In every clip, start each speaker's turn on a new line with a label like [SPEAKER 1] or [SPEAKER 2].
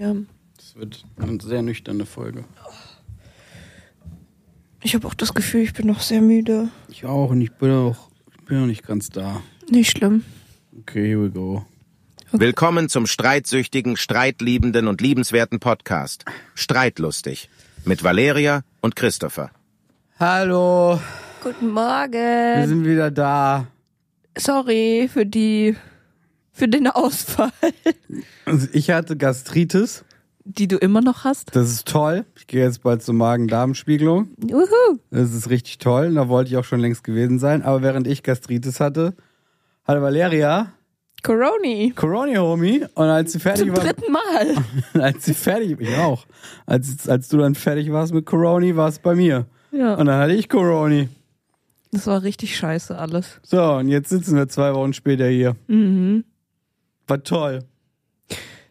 [SPEAKER 1] Ja.
[SPEAKER 2] Das wird eine sehr nüchterne Folge.
[SPEAKER 1] Ich habe auch das Gefühl, ich bin noch sehr müde.
[SPEAKER 2] Ich auch und ich bin auch, ich bin auch nicht ganz da.
[SPEAKER 1] Nicht schlimm.
[SPEAKER 2] Okay, here we go.
[SPEAKER 3] Willkommen zum streitsüchtigen, streitliebenden und liebenswerten Podcast. Streitlustig. Mit Valeria und Christopher.
[SPEAKER 2] Hallo,
[SPEAKER 1] Guten
[SPEAKER 2] wir
[SPEAKER 1] Morgen.
[SPEAKER 2] sind wieder da.
[SPEAKER 1] Sorry für die für den Ausfall,
[SPEAKER 2] Also ich hatte Gastritis,
[SPEAKER 1] die du immer noch hast.
[SPEAKER 2] das ist toll. Ich gehe jetzt bald zur Magen-Darm-Spiegelung.
[SPEAKER 1] Juhu.
[SPEAKER 2] Das ist richtig toll und da wollte ich auch schon längst gewesen sein. Aber während ich Gastritis hatte, hatte Valeria
[SPEAKER 1] Coroni.
[SPEAKER 2] Corona, Homie. Und als sie fertig
[SPEAKER 1] Zum
[SPEAKER 2] war,
[SPEAKER 1] dritten Mal.
[SPEAKER 2] als sie fertig, ich auch. Als, als du dann fertig warst mit Corona, war es bei mir.
[SPEAKER 1] Ja.
[SPEAKER 2] Und dann hatte ich Corona.
[SPEAKER 1] Das war richtig scheiße alles.
[SPEAKER 2] So, und jetzt sitzen wir zwei Wochen später hier.
[SPEAKER 1] Mhm.
[SPEAKER 2] War toll.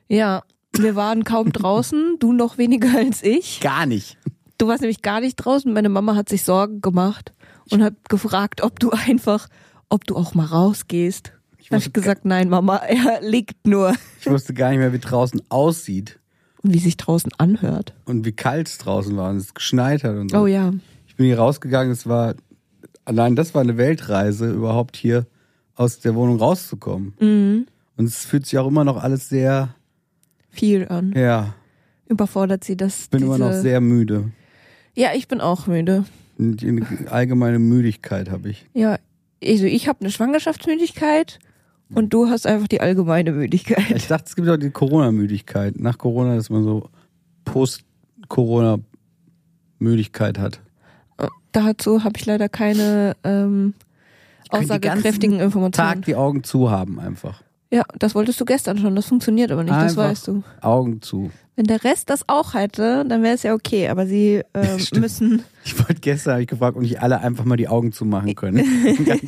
[SPEAKER 1] Ja. Wir waren kaum draußen, du noch weniger als ich.
[SPEAKER 2] Gar nicht.
[SPEAKER 1] Du warst nämlich gar nicht draußen. Meine Mama hat sich Sorgen gemacht und hat gefragt, ob du einfach, ob du auch mal rausgehst. Ich habe
[SPEAKER 2] wusste
[SPEAKER 1] ich gesagt, nein, Mama, er liegt nur.
[SPEAKER 2] Ich wusste gar nicht mehr, wie draußen aussieht
[SPEAKER 1] Und wie sich draußen anhört.
[SPEAKER 2] und wie kalt es draußen war und es geschneit hat und so.
[SPEAKER 1] Oh ja.
[SPEAKER 2] Ich bin hier rausgegangen, es war, allein das war eine Weltreise, überhaupt hier aus der Wohnung rauszukommen.
[SPEAKER 1] Mhm.
[SPEAKER 2] Und es fühlt sich auch immer noch alles sehr,
[SPEAKER 1] Viel an.
[SPEAKER 2] ja,
[SPEAKER 1] Überfordert sie das.
[SPEAKER 2] ich bin
[SPEAKER 1] diese...
[SPEAKER 2] immer noch sehr müde.
[SPEAKER 1] Ja, ich bin auch müde.
[SPEAKER 2] Und Eine allgemeine Müdigkeit habe ich.
[SPEAKER 1] Ja. Also ich habe eine Schwangerschaftsmüdigkeit und du hast einfach die allgemeine Müdigkeit.
[SPEAKER 2] Ich dachte, es gibt auch die Corona-Müdigkeit. Nach Corona, dass man so Post-Corona-Müdigkeit hat.
[SPEAKER 1] Dazu habe ich leider keine ähm,
[SPEAKER 2] kann die
[SPEAKER 1] aussagekräftigen Informationen.
[SPEAKER 2] Tag die Augen zu haben einfach.
[SPEAKER 1] Ja, das wolltest du gestern schon. Das funktioniert aber nicht, das
[SPEAKER 2] Einfach
[SPEAKER 1] weißt du.
[SPEAKER 2] Augen zu.
[SPEAKER 1] Wenn der Rest das auch hätte, dann wäre es ja okay. Aber sie äh,
[SPEAKER 2] Stimmt.
[SPEAKER 1] müssen.
[SPEAKER 2] Ich wollte gestern, habe ich gefragt, ob nicht alle einfach mal die Augen zumachen können. Ganz-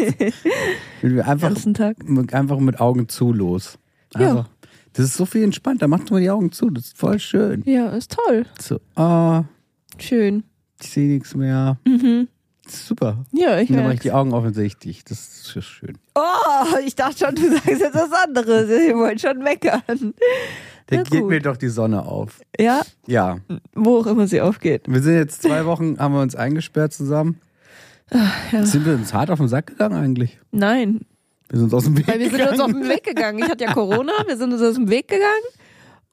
[SPEAKER 2] Wenn wir einfach,
[SPEAKER 1] Ganzen Tag.
[SPEAKER 2] einfach mit Augen zu los.
[SPEAKER 1] Ja.
[SPEAKER 2] Einfach. Das ist so viel entspannter. Macht nur die Augen zu. Das ist voll schön.
[SPEAKER 1] Ja, ist toll.
[SPEAKER 2] So, ah,
[SPEAKER 1] Schön.
[SPEAKER 2] ich sehe nichts mehr.
[SPEAKER 1] Mhm.
[SPEAKER 2] Das ist super.
[SPEAKER 1] Ja, ich
[SPEAKER 2] Und dann mache ich
[SPEAKER 1] merk's.
[SPEAKER 2] die Augen offensichtlich. Das ist so schön.
[SPEAKER 1] Oh, ich dachte schon, du sagst jetzt was anderes. Ihr wollt schon meckern.
[SPEAKER 2] Da
[SPEAKER 1] Na
[SPEAKER 2] geht
[SPEAKER 1] gut.
[SPEAKER 2] mir doch die Sonne auf.
[SPEAKER 1] Ja,
[SPEAKER 2] Ja.
[SPEAKER 1] wo auch immer sie aufgeht.
[SPEAKER 2] Wir sind jetzt zwei Wochen, haben wir uns eingesperrt zusammen.
[SPEAKER 1] Ah, ja.
[SPEAKER 2] Sind wir uns hart auf den Sack gegangen eigentlich?
[SPEAKER 1] Nein,
[SPEAKER 2] Wir sind uns aus dem Weg
[SPEAKER 1] weil wir sind uns
[SPEAKER 2] gegangen.
[SPEAKER 1] auf den Weg gegangen. Ich hatte ja Corona, wir sind uns aus dem Weg gegangen.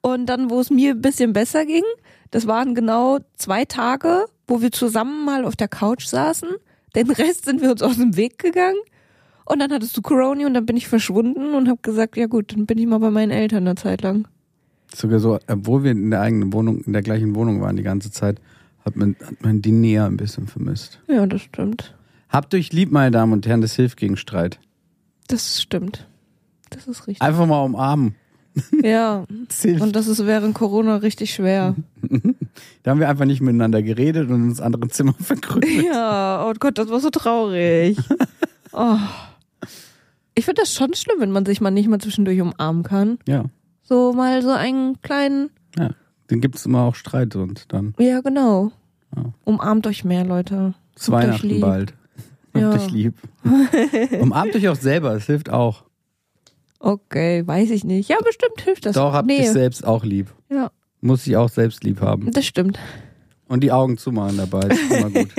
[SPEAKER 1] Und dann, wo es mir ein bisschen besser ging, das waren genau zwei Tage, wo wir zusammen mal auf der Couch saßen. Den Rest sind wir uns aus dem Weg gegangen. Und dann hattest du Corona und dann bin ich verschwunden und habe gesagt, ja gut, dann bin ich mal bei meinen Eltern eine Zeit lang.
[SPEAKER 2] Sogar so, obwohl wir in der eigenen Wohnung, in der gleichen Wohnung waren die ganze Zeit, hat man, hat man die Nähe ein bisschen vermisst.
[SPEAKER 1] Ja, das stimmt.
[SPEAKER 2] Habt euch lieb, meine Damen und Herren, das hilft gegen Streit.
[SPEAKER 1] Das stimmt. Das ist richtig.
[SPEAKER 2] Einfach mal umarmen.
[SPEAKER 1] Ja.
[SPEAKER 2] Das hilft.
[SPEAKER 1] Und das ist während Corona richtig schwer.
[SPEAKER 2] Da haben wir einfach nicht miteinander geredet und ins andere Zimmer verkrümelt.
[SPEAKER 1] Ja, oh Gott, das war so traurig. Oh. Ich finde das schon schlimm, wenn man sich mal nicht mal zwischendurch umarmen kann.
[SPEAKER 2] Ja.
[SPEAKER 1] So mal so einen kleinen,
[SPEAKER 2] ja. Dann gibt es immer auch Streit und dann
[SPEAKER 1] ja genau.
[SPEAKER 2] Ja.
[SPEAKER 1] Umarmt euch mehr, Leute.
[SPEAKER 2] ist
[SPEAKER 1] Habt euch
[SPEAKER 2] Weihnachten
[SPEAKER 1] lieb.
[SPEAKER 2] bald.
[SPEAKER 1] Ja.
[SPEAKER 2] Habt euch lieb. Umarmt euch auch selber, das hilft auch.
[SPEAKER 1] Okay, weiß ich nicht. Ja, bestimmt hilft das.
[SPEAKER 2] Doch, habt dich
[SPEAKER 1] nee.
[SPEAKER 2] selbst auch lieb.
[SPEAKER 1] Ja,
[SPEAKER 2] Muss ich auch selbst lieb haben.
[SPEAKER 1] das stimmt.
[SPEAKER 2] Und die Augen zumachen dabei. Das ist immer gut.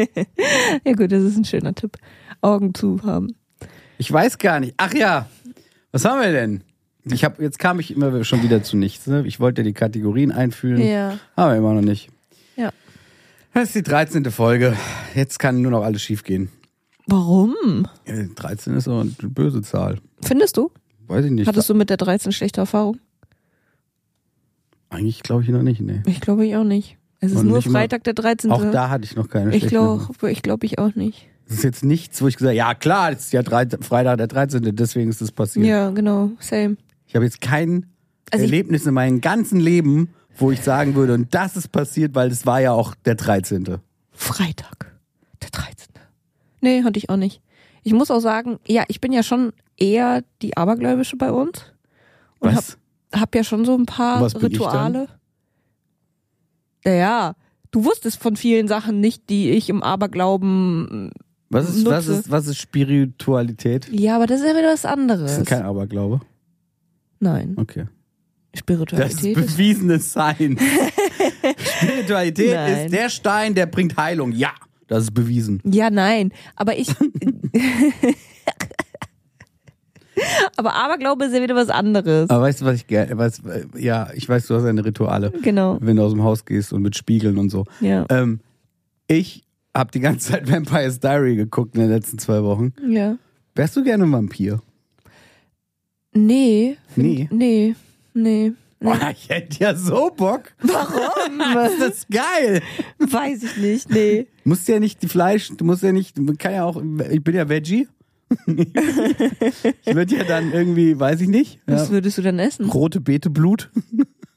[SPEAKER 1] Ja gut, das ist ein schöner Tipp. Augen zu haben.
[SPEAKER 2] Ich weiß gar nicht. Ach ja, was haben wir denn? Ich hab, jetzt kam ich immer schon wieder zu nichts. Ne? Ich wollte ja die Kategorien einführen.
[SPEAKER 1] Ja.
[SPEAKER 2] Haben wir immer noch nicht.
[SPEAKER 1] Ja.
[SPEAKER 2] Das ist die 13. Folge. Jetzt kann nur noch alles schief gehen.
[SPEAKER 1] Warum?
[SPEAKER 2] Äh, 13 ist aber eine böse Zahl.
[SPEAKER 1] Findest du?
[SPEAKER 2] Weiß ich nicht.
[SPEAKER 1] Hattest du mit der 13 schlechte Erfahrung?
[SPEAKER 2] Eigentlich glaube ich noch nicht, nee.
[SPEAKER 1] Ich glaube ich auch nicht. Es ist
[SPEAKER 2] Und
[SPEAKER 1] nur
[SPEAKER 2] nicht mal-
[SPEAKER 1] Freitag der 13.
[SPEAKER 2] Auch da hatte ich noch keine
[SPEAKER 1] ich
[SPEAKER 2] schlechte
[SPEAKER 1] glaube
[SPEAKER 2] Erfahrung.
[SPEAKER 1] ich, glaub ich auch nicht.
[SPEAKER 2] Das ist jetzt nichts, wo ich gesagt habe, ja klar, es ist ja drei, Freitag der 13. Deswegen ist das passiert.
[SPEAKER 1] Ja, genau, same.
[SPEAKER 2] Ich habe jetzt kein
[SPEAKER 1] Also ich-
[SPEAKER 2] Erlebnis in meinem ganzen Leben, wo ich sagen würde, und das ist passiert, weil es war ja auch der 13.
[SPEAKER 1] Freitag, der 13. Nee, hatte ich auch nicht. Ich muss auch sagen, ja, ich bin ja schon eher die Abergläubische bei uns und hab,
[SPEAKER 2] Was?
[SPEAKER 1] hab ja schon so ein paar
[SPEAKER 2] Was bin ich
[SPEAKER 1] Rituale. Naja, du wusstest von vielen Sachen nicht, die ich im Aberglauben.
[SPEAKER 2] Was ist, was
[SPEAKER 1] nutze.
[SPEAKER 2] ist, was ist Spiritualität?
[SPEAKER 1] Ja, aber das ist ja wieder was
[SPEAKER 2] Das
[SPEAKER 1] anderes.
[SPEAKER 2] ist kein Aberglaube.
[SPEAKER 1] Nein.
[SPEAKER 2] Okay. Das ist
[SPEAKER 1] Spiritualität ist
[SPEAKER 2] bewiesene Science. Spiritualität
[SPEAKER 1] Nein.
[SPEAKER 2] ist der Stein, der bringt Heilung. Ja, das ist bewiesen.
[SPEAKER 1] Ja, nein, aber ich. aber Aberglaube ist ja wieder was anderes.
[SPEAKER 2] Aber weißt du, was ich gerne, was, ja, ich weiß, du hast deine Rituale.
[SPEAKER 1] Genau.
[SPEAKER 2] Wenn du aus dem Haus gehst und mit Spiegeln und so.
[SPEAKER 1] Ja.
[SPEAKER 2] Ähm, ich habe die ganze Zeit Vampire's Diary geguckt in den letzten zwei Wochen.
[SPEAKER 1] Ja.
[SPEAKER 2] Wärst du gerne ein Vampir?
[SPEAKER 1] Nee.
[SPEAKER 2] Nee.
[SPEAKER 1] Nee. Nee.
[SPEAKER 2] Oh, ich hätte ja so Bock.
[SPEAKER 1] Warum?
[SPEAKER 2] Das ist geil.
[SPEAKER 1] Weiß ich nicht. Nee.
[SPEAKER 2] Musst ja nicht die Fleisch, du musst ja nicht, man kann ja auch, ich bin ja Veggie. ich würde ja dann irgendwie, weiß ich nicht, ja,
[SPEAKER 1] Was würdest du denn essen?
[SPEAKER 2] rote Beeteblut.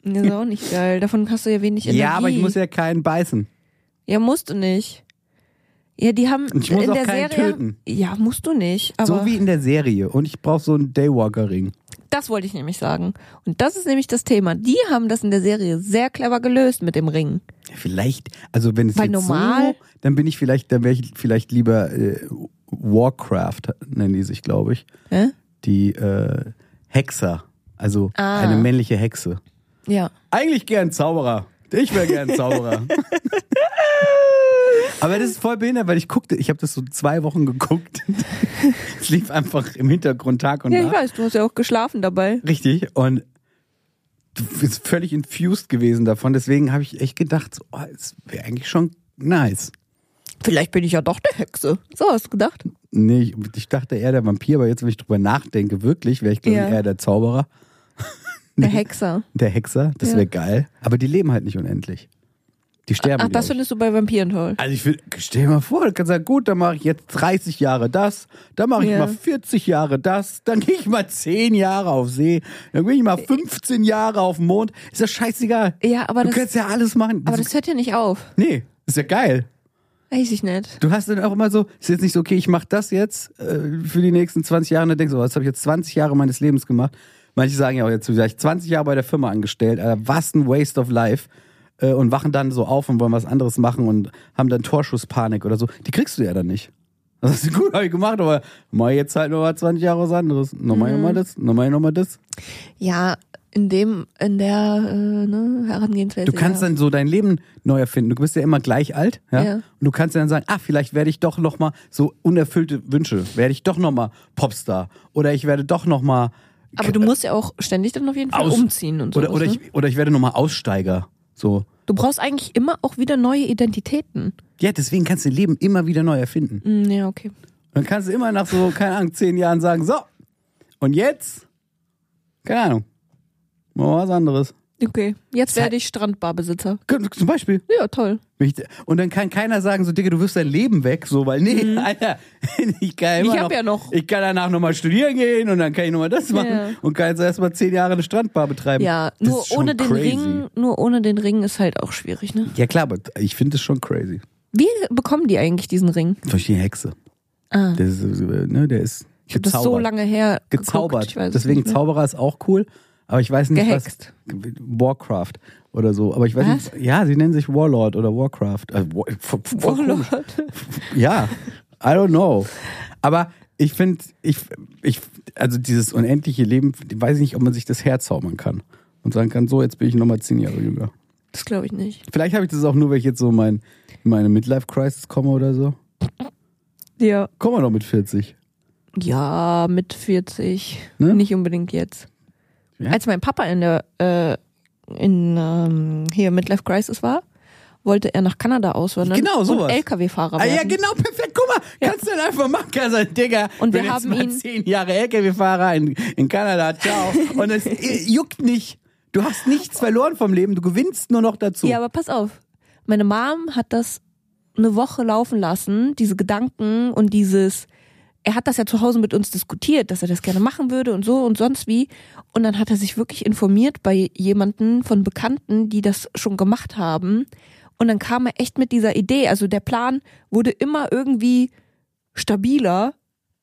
[SPEAKER 1] Das ist auch nicht geil. Davon hast du ja wenig Energie.
[SPEAKER 2] Ja, aber ich muss ja keinen beißen.
[SPEAKER 1] Ja, musst du nicht. Ja, die haben
[SPEAKER 2] Und ich muss
[SPEAKER 1] in
[SPEAKER 2] auch
[SPEAKER 1] der
[SPEAKER 2] keinen
[SPEAKER 1] Serie.
[SPEAKER 2] töten.
[SPEAKER 1] Ja, musst du nicht. Aber
[SPEAKER 2] So wie in der Serie. Und ich brauche so einen Daywalker-Ring.
[SPEAKER 1] das wollte ich nämlich sagen. Und das ist nämlich das Thema. Die haben das in der Serie sehr clever gelöst mit dem Ring.
[SPEAKER 2] Ja, Vielleicht, also wenn es
[SPEAKER 1] Weil
[SPEAKER 2] jetzt
[SPEAKER 1] normal-
[SPEAKER 2] so, dann bin ich vielleicht, dann wäre ich vielleicht lieber äh, Warcraft, nennen die sich, glaube ich.
[SPEAKER 1] Hä?
[SPEAKER 2] Die äh, Hexer. Also
[SPEAKER 1] Ah.
[SPEAKER 2] eine männliche Hexe.
[SPEAKER 1] Ja.
[SPEAKER 2] Eigentlich gern Zauberer. Ich wäre gern Zauberer. Aber das ist voll behindert, weil ich guckte, ich habe das so zwei Wochen geguckt. Es lief einfach im Hintergrund Tag und
[SPEAKER 1] Ja, ich
[SPEAKER 2] Nacht.
[SPEAKER 1] weiß, du hast ja auch geschlafen dabei.
[SPEAKER 2] Richtig. Und du bist völlig infused gewesen davon. Deswegen habe ich echt gedacht, so, oh, es wäre eigentlich schon nice.
[SPEAKER 1] Vielleicht bin ich ja doch eine Hexe. So hast du gedacht.
[SPEAKER 2] Nee, ich, ich dachte eher der Vampir, aber jetzt, wenn ich drüber nachdenke, wirklich, wäre ich glaube
[SPEAKER 1] Ja.
[SPEAKER 2] ich eher der Zauberer,
[SPEAKER 1] Der Hexer.
[SPEAKER 2] der Hexer. Das
[SPEAKER 1] Ja.
[SPEAKER 2] wäre geil. Aber die leben halt nicht unendlich. Die sterben.
[SPEAKER 1] Ach,
[SPEAKER 2] glaub
[SPEAKER 1] das
[SPEAKER 2] ich.
[SPEAKER 1] findest du bei Vampiren toll.
[SPEAKER 2] Also ich find, stell dir mal vor, du kannst sagen, gut, dann mache ich jetzt 30 Jahre das, dann mache ich
[SPEAKER 1] Ja.
[SPEAKER 2] mal 40 Jahre das, dann gehe ich mal 10 Jahre auf See, dann bin ich mal 15 Jahre auf dem Mond. Ist das scheißegal.
[SPEAKER 1] Ja, aber
[SPEAKER 2] du
[SPEAKER 1] das-
[SPEAKER 2] kannst ja alles machen.
[SPEAKER 1] Aber
[SPEAKER 2] Das-
[SPEAKER 1] das hört ja nicht auf.
[SPEAKER 2] nee, ist ja geil.
[SPEAKER 1] Weiß ich nicht.
[SPEAKER 2] Du hast dann auch immer so, ist jetzt nicht so, okay, ich mache das jetzt äh, für die nächsten 20 Jahre und dann denkst du, oh, das habe ich jetzt 20 Jahre meines Lebens gemacht. Manche sagen ja auch jetzt vielleicht 20 Jahre bei der Firma angestellt, Alter, was ein Waste of Life. Äh, und wachen dann so auf und wollen was anderes machen und haben dann Torschusspanik oder so. Die kriegst du ja dann nicht. Das ist gut, habe ich gemacht, aber mach ich jetzt halt nochmal 20 Jahre was anderes. Nochmal mhm. nochmal das, nochmal nochmal das.
[SPEAKER 1] Ja, in dem, in der äh, ne, Herangehensweise.
[SPEAKER 2] Du kannst
[SPEAKER 1] ja.
[SPEAKER 2] dann so dein Leben neu erfinden. Du bist ja immer gleich alt, ja?
[SPEAKER 1] Ja.
[SPEAKER 2] Und du kannst ja dann sagen, ach, vielleicht werde ich doch noch mal so unerfüllte Wünsche, werde ich doch noch mal Popstar oder ich werde doch noch mal
[SPEAKER 1] Aber du musst ja auch ständig dann auf jeden Fall
[SPEAKER 2] aus-
[SPEAKER 1] umziehen und so.
[SPEAKER 2] oder oder
[SPEAKER 1] ne?
[SPEAKER 2] ich oder ich werde noch mal Aussteiger, so.
[SPEAKER 1] du brauchst eigentlich immer auch wieder neue Identitäten.
[SPEAKER 2] Ja, deswegen kannst du dein Leben immer wieder neu erfinden. Und
[SPEAKER 1] Hm, ja, okay.
[SPEAKER 2] dann kannst du immer nach so keine Ahnung zehn Jahren sagen, so und jetzt keine Ahnung, machen wir was anderes.
[SPEAKER 1] Okay. Jetzt
[SPEAKER 2] Zeit-
[SPEAKER 1] werde ich Strandbarbesitzer.
[SPEAKER 2] Zum Beispiel.
[SPEAKER 1] Ja, toll.
[SPEAKER 2] Wenn ich- Und dann kann keiner sagen, so Digga, du wirfst dein Leben weg, so, weil nee, Alter, ich kann immer
[SPEAKER 1] Mhm. Ich hab
[SPEAKER 2] noch,
[SPEAKER 1] ja noch.
[SPEAKER 2] Ich kann danach nochmal studieren gehen und dann kann ich nochmal das machen
[SPEAKER 1] Ja.
[SPEAKER 2] und kann jetzt erstmal zehn Jahre eine Strandbar betreiben.
[SPEAKER 1] Ja,
[SPEAKER 2] Das
[SPEAKER 1] nur
[SPEAKER 2] ist schon
[SPEAKER 1] ohne den
[SPEAKER 2] crazy.
[SPEAKER 1] Ring, nur ohne den Ring ist halt auch schwierig, ne?
[SPEAKER 2] Ja klar, aber ich finde es schon crazy.
[SPEAKER 1] Wie bekommen die eigentlich diesen Ring?
[SPEAKER 2] Durch die Hexe.
[SPEAKER 1] Ah.
[SPEAKER 2] Der ist, äh, ne, der ist
[SPEAKER 1] Ich habe das so lange her geguckt,
[SPEAKER 2] gezaubert.
[SPEAKER 1] ich weiß es
[SPEAKER 2] Deswegen
[SPEAKER 1] nicht mehr.
[SPEAKER 2] Zauberer ist auch cool, aber ich weiß nicht
[SPEAKER 1] Gehext.
[SPEAKER 2] was. Warcraft oder so, aber ich weiß
[SPEAKER 1] Was?
[SPEAKER 2] nicht. Ja, sie nennen sich Warlord oder Warcraft. Äh, War, voll, voll komisch.
[SPEAKER 1] Warlord.
[SPEAKER 2] Ja, I don't know. Aber ich finde, ich, ich, also dieses unendliche Leben, weiß ich nicht, ob man sich das herzaubern kann. Und sagen kann, so, jetzt bin ich nochmal zehn Jahre jünger.
[SPEAKER 1] Das glaube ich nicht.
[SPEAKER 2] Vielleicht habe ich das auch nur, weil ich jetzt so mein, in meine Midlife-Crisis komme oder so.
[SPEAKER 1] Ja.
[SPEAKER 2] Kommen wir noch mit 40.
[SPEAKER 1] Ja, mit 40.
[SPEAKER 2] Ne?
[SPEAKER 1] Nicht unbedingt jetzt.
[SPEAKER 2] Ja.
[SPEAKER 1] Als mein Papa in der äh, in ähm, hier Midlife Crisis war, wollte er nach Kanada auswandern
[SPEAKER 2] Genau,
[SPEAKER 1] und
[SPEAKER 2] sowas.
[SPEAKER 1] LKW-Fahrer
[SPEAKER 2] Ah,
[SPEAKER 1] werden.
[SPEAKER 2] ja, genau, perfekt. Guck mal, kannst du dann einfach machen, kannst du, Digga.
[SPEAKER 1] Und wir
[SPEAKER 2] bin jetzt
[SPEAKER 1] haben
[SPEAKER 2] mal
[SPEAKER 1] ihn-
[SPEAKER 2] zehn Jahre LKW-Fahrer in, in Kanada, ciao. Und es äh, juckt nicht. Du hast nichts verloren vom Leben, du gewinnst nur noch dazu.
[SPEAKER 1] Ja, aber pass auf. Meine Mom hat das eine Woche laufen lassen, diese Gedanken und dieses, er hat das ja zu Hause mit uns diskutiert, dass er das gerne machen würde und so und sonst wie. Und dann hat er sich wirklich informiert bei jemanden von Bekannten, die das schon gemacht haben. Und dann kam er echt mit dieser Idee. Also der Plan wurde immer irgendwie stabiler.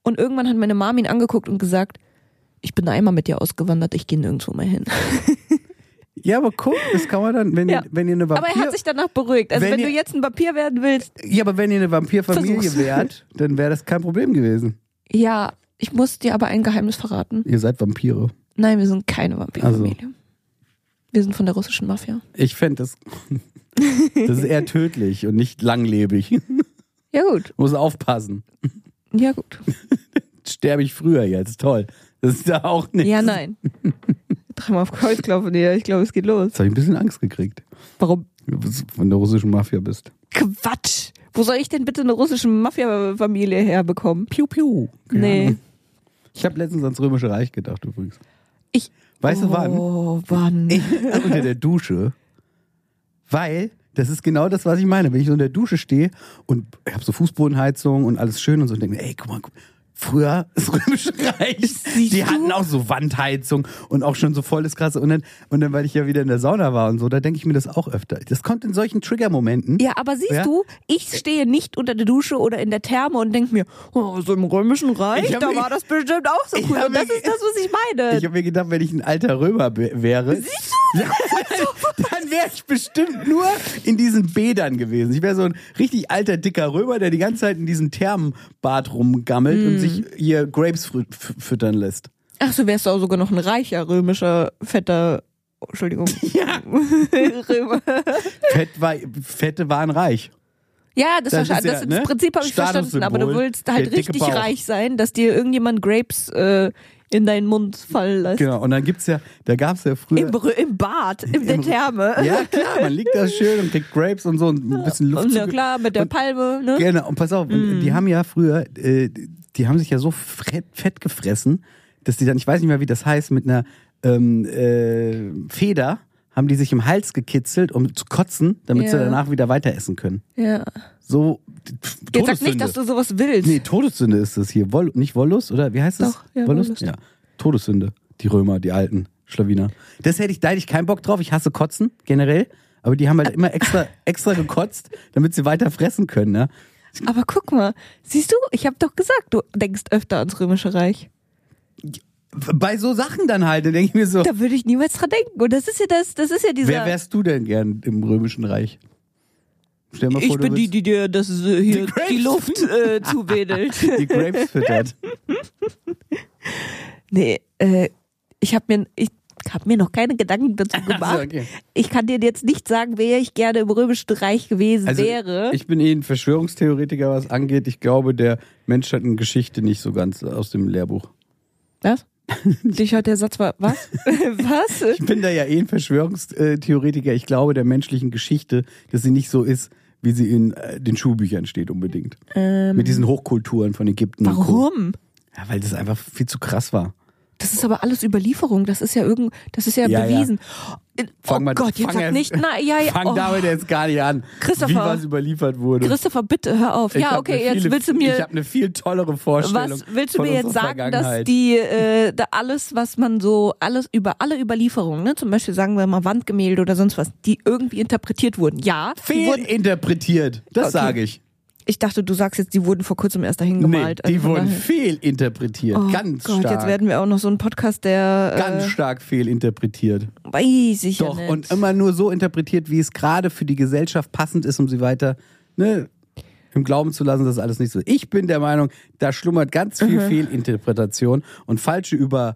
[SPEAKER 1] Und irgendwann hat meine Mom ihn angeguckt und gesagt, ich bin einmal mit dir ausgewandert, ich gehe nirgendwo mehr hin.
[SPEAKER 2] Ja, aber guck, das kann man dann, wenn,
[SPEAKER 1] Ja.
[SPEAKER 2] ihr, wenn ihr eine Vampir...
[SPEAKER 1] Aber er hat sich danach beruhigt. Also
[SPEAKER 2] Wenn
[SPEAKER 1] wenn,
[SPEAKER 2] ihr-
[SPEAKER 1] du jetzt ein Papier werden willst,
[SPEAKER 2] ja, aber wenn ihr eine Vampirfamilie
[SPEAKER 1] Versuch's.
[SPEAKER 2] wärt, dann wäre das kein Problem gewesen.
[SPEAKER 1] ja, ich muss dir aber ein Geheimnis verraten.
[SPEAKER 2] Ihr seid Vampire.
[SPEAKER 1] Also. Nein, wir sind keine Vampirfamilie. Wir sind von der russischen Mafia.
[SPEAKER 2] Ich fände das, das ist eher tödlich und nicht langlebig.
[SPEAKER 1] Ja, gut.
[SPEAKER 2] Muss aufpassen.
[SPEAKER 1] Ja, gut.
[SPEAKER 2] Sterbe ich früher jetzt. Toll. Das ist ja auch nicht.
[SPEAKER 1] Ja, nein. Dreimal auf Kreuz klopfen, ja. Ich glaube, es geht los.
[SPEAKER 2] Jetzt habe ich ein bisschen Angst gekriegt,
[SPEAKER 1] Warum?
[SPEAKER 2] wenn du von der russischen Mafia bist.
[SPEAKER 1] Quatsch! Wo soll ich denn bitte eine russische Mafia-Familie herbekommen?
[SPEAKER 2] Piu, piu. Keine
[SPEAKER 1] Nee.
[SPEAKER 2] Ahnung. Ich habe letztens ans Römische Reich gedacht übrigens.
[SPEAKER 1] Ich.
[SPEAKER 2] Weißt du wann?
[SPEAKER 1] Oh, wann?
[SPEAKER 2] Ich, unter der Dusche. Weil, das ist genau das, was ich meine. Wenn ich so in der Dusche stehe und ich habe so Fußbodenheizung und alles schön und so und denke mir, ey, guck mal, guck, mal, früher das Römische Reich,
[SPEAKER 1] Siehst
[SPEAKER 2] die
[SPEAKER 1] du?
[SPEAKER 2] hatten auch so Wandheizung und auch schon so voll das Krasse. Und dann, und dann, weil ich ja wieder in der Sauna war und so, da denke ich mir das auch öfter. Das kommt in solchen Triggermomenten.
[SPEAKER 1] Ja, aber siehst
[SPEAKER 2] Ja?
[SPEAKER 1] du, ich stehe nicht unter der Dusche oder in der Therme und denke mir, oh, so im Römischen Reich,
[SPEAKER 2] Ich hab
[SPEAKER 1] da
[SPEAKER 2] mir-
[SPEAKER 1] war das bestimmt auch so
[SPEAKER 2] Ich
[SPEAKER 1] cool.
[SPEAKER 2] hab
[SPEAKER 1] Und das
[SPEAKER 2] mir-
[SPEAKER 1] ist das, was ich meine.
[SPEAKER 2] Ich habe mir gedacht, wenn ich ein alter Römer be- wäre, dann wäre ich bestimmt nur in diesen Bädern gewesen. Ich wäre so ein richtig alter, dicker Römer, der die ganze Zeit in diesem Thermenbad rumgammelt
[SPEAKER 1] Hm.
[SPEAKER 2] und sich hier Grapes frü- f- füttern lässt.
[SPEAKER 1] Ach, so wärst du auch sogar noch ein reicher römischer, fetter, oh, Entschuldigung,
[SPEAKER 2] Ja.
[SPEAKER 1] Römer.
[SPEAKER 2] Fett war, Fette waren reich.
[SPEAKER 1] Ja, das,
[SPEAKER 2] Das
[SPEAKER 1] versta-
[SPEAKER 2] ist ja,
[SPEAKER 1] das,
[SPEAKER 2] ne?
[SPEAKER 1] das Prinzip habe ich verstanden,
[SPEAKER 2] Statussymbol,
[SPEAKER 1] aber du willst halt
[SPEAKER 2] der dicke
[SPEAKER 1] richtig
[SPEAKER 2] Bauch.
[SPEAKER 1] reich sein, dass dir irgendjemand Grapes äh, in deinen Mund fallen lässt.
[SPEAKER 2] Genau. Und dann gibt's ja, da gab's ja früher.
[SPEAKER 1] Im, Br- Im Bad, in der Therme.
[SPEAKER 2] ja, klar, man liegt da schön und kriegt Grapes und so und ein bisschen Luft.
[SPEAKER 1] Und na
[SPEAKER 2] zuge-
[SPEAKER 1] klar, mit der
[SPEAKER 2] und-
[SPEAKER 1] Palme, ne?
[SPEAKER 2] Genau, und pass auf, und die haben ja früher, äh, die haben sich ja so fett, fett gefressen, dass die dann, ich weiß nicht mehr, wie das heißt, mit einer ähm, äh, Feder haben die sich im Hals gekitzelt, um zu kotzen, damit sie
[SPEAKER 1] Ja.
[SPEAKER 2] danach wieder weiter essen können.
[SPEAKER 1] Ja.
[SPEAKER 2] So, pff,
[SPEAKER 1] Jetzt sag
[SPEAKER 2] Todessünde.
[SPEAKER 1] nicht, dass du sowas willst.
[SPEAKER 2] Nee, Todessünde ist es hier. Woll, nicht Wollust, oder wie heißt es?
[SPEAKER 1] Doch, ja, Wollust.
[SPEAKER 2] Ja, Todessünde. Die Römer, die alten Schlawiner. Das hätte ich, da hätte ich keinen Bock drauf. Ich hasse Kotzen, generell. Aber die haben halt immer extra, extra gekotzt, damit sie weiter fressen können, ne?
[SPEAKER 1] Aber guck mal, siehst du, ich habe doch gesagt, du denkst öfter ans Römische Reich.
[SPEAKER 2] bei so Sachen dann halt, dann denke ich mir so,
[SPEAKER 1] Da würde ich niemals dran denken. Und das ist ja das, das ist ja dieser.
[SPEAKER 2] wer wärst du denn gern im Römischen Reich? Stell dir mal
[SPEAKER 1] ich
[SPEAKER 2] vor,
[SPEAKER 1] bin
[SPEAKER 2] du
[SPEAKER 1] die,
[SPEAKER 2] willst-
[SPEAKER 1] die dir das äh, hier
[SPEAKER 2] Die Grapes.
[SPEAKER 1] die, Luft äh, zuwedelt.
[SPEAKER 2] die Grapes füttert.
[SPEAKER 1] nee, äh, ich habe mir, ich habe mir noch keine Gedanken dazu gemacht.
[SPEAKER 2] okay.
[SPEAKER 1] Ich kann dir jetzt nicht sagen, wer ich gerne im Römischen Reich gewesen
[SPEAKER 2] Also,
[SPEAKER 1] wäre.
[SPEAKER 2] Ich bin eh ein Verschwörungstheoretiker, was angeht. Ich glaube, der Mensch hat eine Geschichte nicht so ganz aus dem Lehrbuch.
[SPEAKER 1] was? Dich hat der Satz war, was? was?
[SPEAKER 2] Ich bin da ja eh ein Verschwörungstheoretiker. Ich glaube der menschlichen Geschichte, dass sie nicht so ist, wie sie in äh, den Schulbüchern steht unbedingt. Mit diesen Hochkulturen von Ägypten und Co.
[SPEAKER 1] Ähm. Warum?
[SPEAKER 2] Ja, weil das einfach viel zu krass war.
[SPEAKER 1] Das ist aber alles Überlieferung. Das ist ja irgend, das ist ja,
[SPEAKER 2] Ja, ja.
[SPEAKER 1] bewiesen.
[SPEAKER 2] Fang
[SPEAKER 1] oh
[SPEAKER 2] mal-
[SPEAKER 1] Gott, jetzt
[SPEAKER 2] fang
[SPEAKER 1] sag
[SPEAKER 2] erst-
[SPEAKER 1] nicht, na, ja, ja.
[SPEAKER 2] Fang
[SPEAKER 1] oh.
[SPEAKER 2] damit jetzt gar nicht an, wie
[SPEAKER 1] Christopher.
[SPEAKER 2] was überliefert wurde.
[SPEAKER 1] Christopher, bitte hör auf.
[SPEAKER 2] Ich
[SPEAKER 1] ja,
[SPEAKER 2] hab
[SPEAKER 1] okay,
[SPEAKER 2] eine
[SPEAKER 1] jetzt
[SPEAKER 2] viele-
[SPEAKER 1] willst du
[SPEAKER 2] Ich
[SPEAKER 1] mir
[SPEAKER 2] habe eine viel tollere Vorstellung.
[SPEAKER 1] was willst du
[SPEAKER 2] von
[SPEAKER 1] mir jetzt
[SPEAKER 2] unserer
[SPEAKER 1] sagen, dass
[SPEAKER 2] Vergangenheit.
[SPEAKER 1] die äh, da alles, was man so alles über alle Überlieferungen, ne, zum Beispiel sagen wir mal Wandgemälde oder sonst was, die irgendwie interpretiert wurden. Ja, die wurden,
[SPEAKER 2] fehlinterpretiert? Das
[SPEAKER 1] Okay.
[SPEAKER 2] sage ich.
[SPEAKER 1] ich dachte, du sagst jetzt, die wurden vor kurzem erst dahin
[SPEAKER 2] Nee,
[SPEAKER 1] gemalt.
[SPEAKER 2] die
[SPEAKER 1] Also von
[SPEAKER 2] wurden
[SPEAKER 1] daher-
[SPEAKER 2] fehlinterpretiert.
[SPEAKER 1] Oh
[SPEAKER 2] ganz
[SPEAKER 1] Gott,
[SPEAKER 2] stark.
[SPEAKER 1] jetzt werden wir auch noch so ein Podcast, der
[SPEAKER 2] ganz
[SPEAKER 1] äh,
[SPEAKER 2] stark fehlinterpretiert.
[SPEAKER 1] weiß ich
[SPEAKER 2] Doch,
[SPEAKER 1] ja nicht.
[SPEAKER 2] und immer nur so interpretiert, wie es gerade für die Gesellschaft passend ist, um sie weiter ne, im Glauben zu lassen, dass alles nicht so ist. Ich bin der Meinung, da schlummert ganz viel
[SPEAKER 1] Mhm.
[SPEAKER 2] Fehlinterpretation und falsche Übermittlungen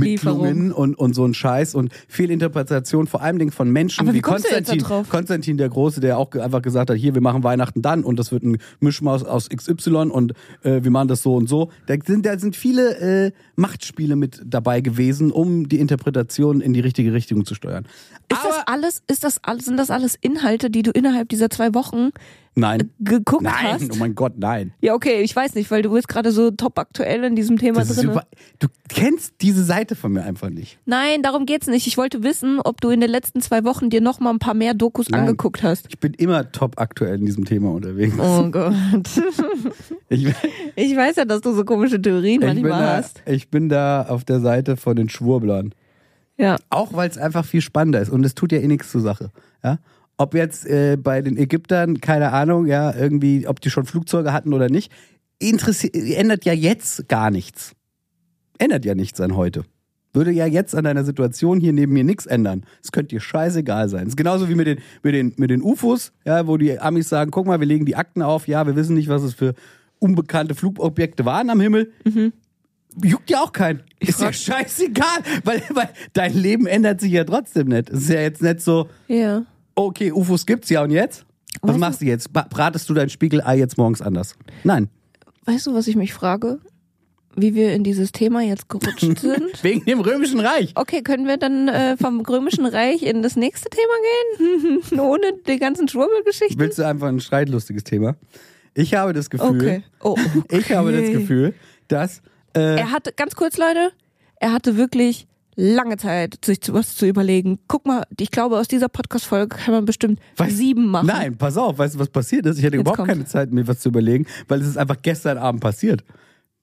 [SPEAKER 1] Lieferung.
[SPEAKER 2] und, und so ein Scheiß und Fehlinterpretation vor allem von Menschen
[SPEAKER 1] Aber wie
[SPEAKER 2] wie
[SPEAKER 1] kommst du jetzt da
[SPEAKER 2] Konstantin,
[SPEAKER 1] drauf?
[SPEAKER 2] Konstantin der Große, der auch ge- einfach gesagt hat, hier, wir machen Weihnachten dann und das wird ein Mischmaus aus XY und äh, wir machen das so und so. Da sind, da sind viele äh, Machtspiele mit dabei gewesen, um die Interpretation in die richtige Richtung zu steuern.
[SPEAKER 1] ist das alles, ist das alles, sind das alles Inhalte, die du innerhalb dieser zwei Wochen
[SPEAKER 2] Nein.
[SPEAKER 1] Äh, geguckt
[SPEAKER 2] Nein,
[SPEAKER 1] hast?
[SPEAKER 2] oh mein Gott, nein.
[SPEAKER 1] Ja, okay, ich weiß nicht, weil du bist gerade so top aktuell in diesem Thema
[SPEAKER 2] Das ist
[SPEAKER 1] drin.
[SPEAKER 2] über, du kennst diese Seite von mir einfach nicht.
[SPEAKER 1] Nein, darum geht's nicht. Ich wollte wissen, ob du in den letzten zwei Wochen dir noch mal ein paar mehr Dokus
[SPEAKER 2] Nein.
[SPEAKER 1] angeguckt hast.
[SPEAKER 2] Ich bin immer top aktuell in diesem Thema unterwegs.
[SPEAKER 1] Oh Gott.
[SPEAKER 2] Ich, ich,
[SPEAKER 1] Ich weiß ja, dass du so komische Theorien
[SPEAKER 2] bin
[SPEAKER 1] manchmal
[SPEAKER 2] da,
[SPEAKER 1] hast.
[SPEAKER 2] ich bin da auf der Seite von den Schwurblern.
[SPEAKER 1] Ja.
[SPEAKER 2] Auch weil es einfach viel spannender ist und es tut ja eh nichts zur Sache. Ja? Ob jetzt äh, bei den Ägyptern, keine Ahnung, ja, irgendwie, ob die schon Flugzeuge hatten oder nicht, interessi- ändert ja jetzt gar nichts. Ändert ja nichts an heute. Würde ja jetzt an deiner Situation hier neben mir nichts ändern. Es könnte dir scheißegal sein. Es ist genauso wie mit den, mit, den, mit den UFOs, ja, wo die Amis sagen: guck mal, wir legen die Akten auf, ja, wir wissen nicht, was es für unbekannte Flugobjekte waren am Himmel. Juckt ja auch keinen. Ist ja scheißegal, weil, weil dein Leben ändert sich ja trotzdem nicht. Es ist ja jetzt nicht so,
[SPEAKER 1] Ja.
[SPEAKER 2] okay, UFOs gibt's ja und jetzt? Was,
[SPEAKER 1] Weißt du-
[SPEAKER 2] machst du jetzt? Ba- Bratest du dein Spiegelei jetzt morgens anders? Nein,
[SPEAKER 1] Weißt du, was ich mich frage? Wie wir in dieses Thema jetzt gerutscht sind?
[SPEAKER 2] wegen dem Römischen Reich.
[SPEAKER 1] Okay, können wir dann äh, vom Römischen Reich in das nächste Thema gehen? Ohne die ganzen Schwurbelgeschichten?
[SPEAKER 2] Willst du einfach ein streitlustiges Thema? Ich habe das Gefühl,
[SPEAKER 1] Okay. Oh.
[SPEAKER 2] ich habe das
[SPEAKER 1] Okay.
[SPEAKER 2] Gefühl, dass äh,
[SPEAKER 1] Er hatte, ganz kurz, Leute, er hatte wirklich lange Zeit, sich zu- was zu überlegen. Guck mal, ich glaube, aus dieser Podcast-Folge kann man bestimmt
[SPEAKER 2] Weißt-
[SPEAKER 1] sieben machen.
[SPEAKER 2] Nein, pass auf, weißt du, was passiert ist? Ich hatte
[SPEAKER 1] Jetzt
[SPEAKER 2] überhaupt
[SPEAKER 1] kommt.
[SPEAKER 2] keine Zeit, mir was zu überlegen, weil es ist einfach gestern Abend passiert.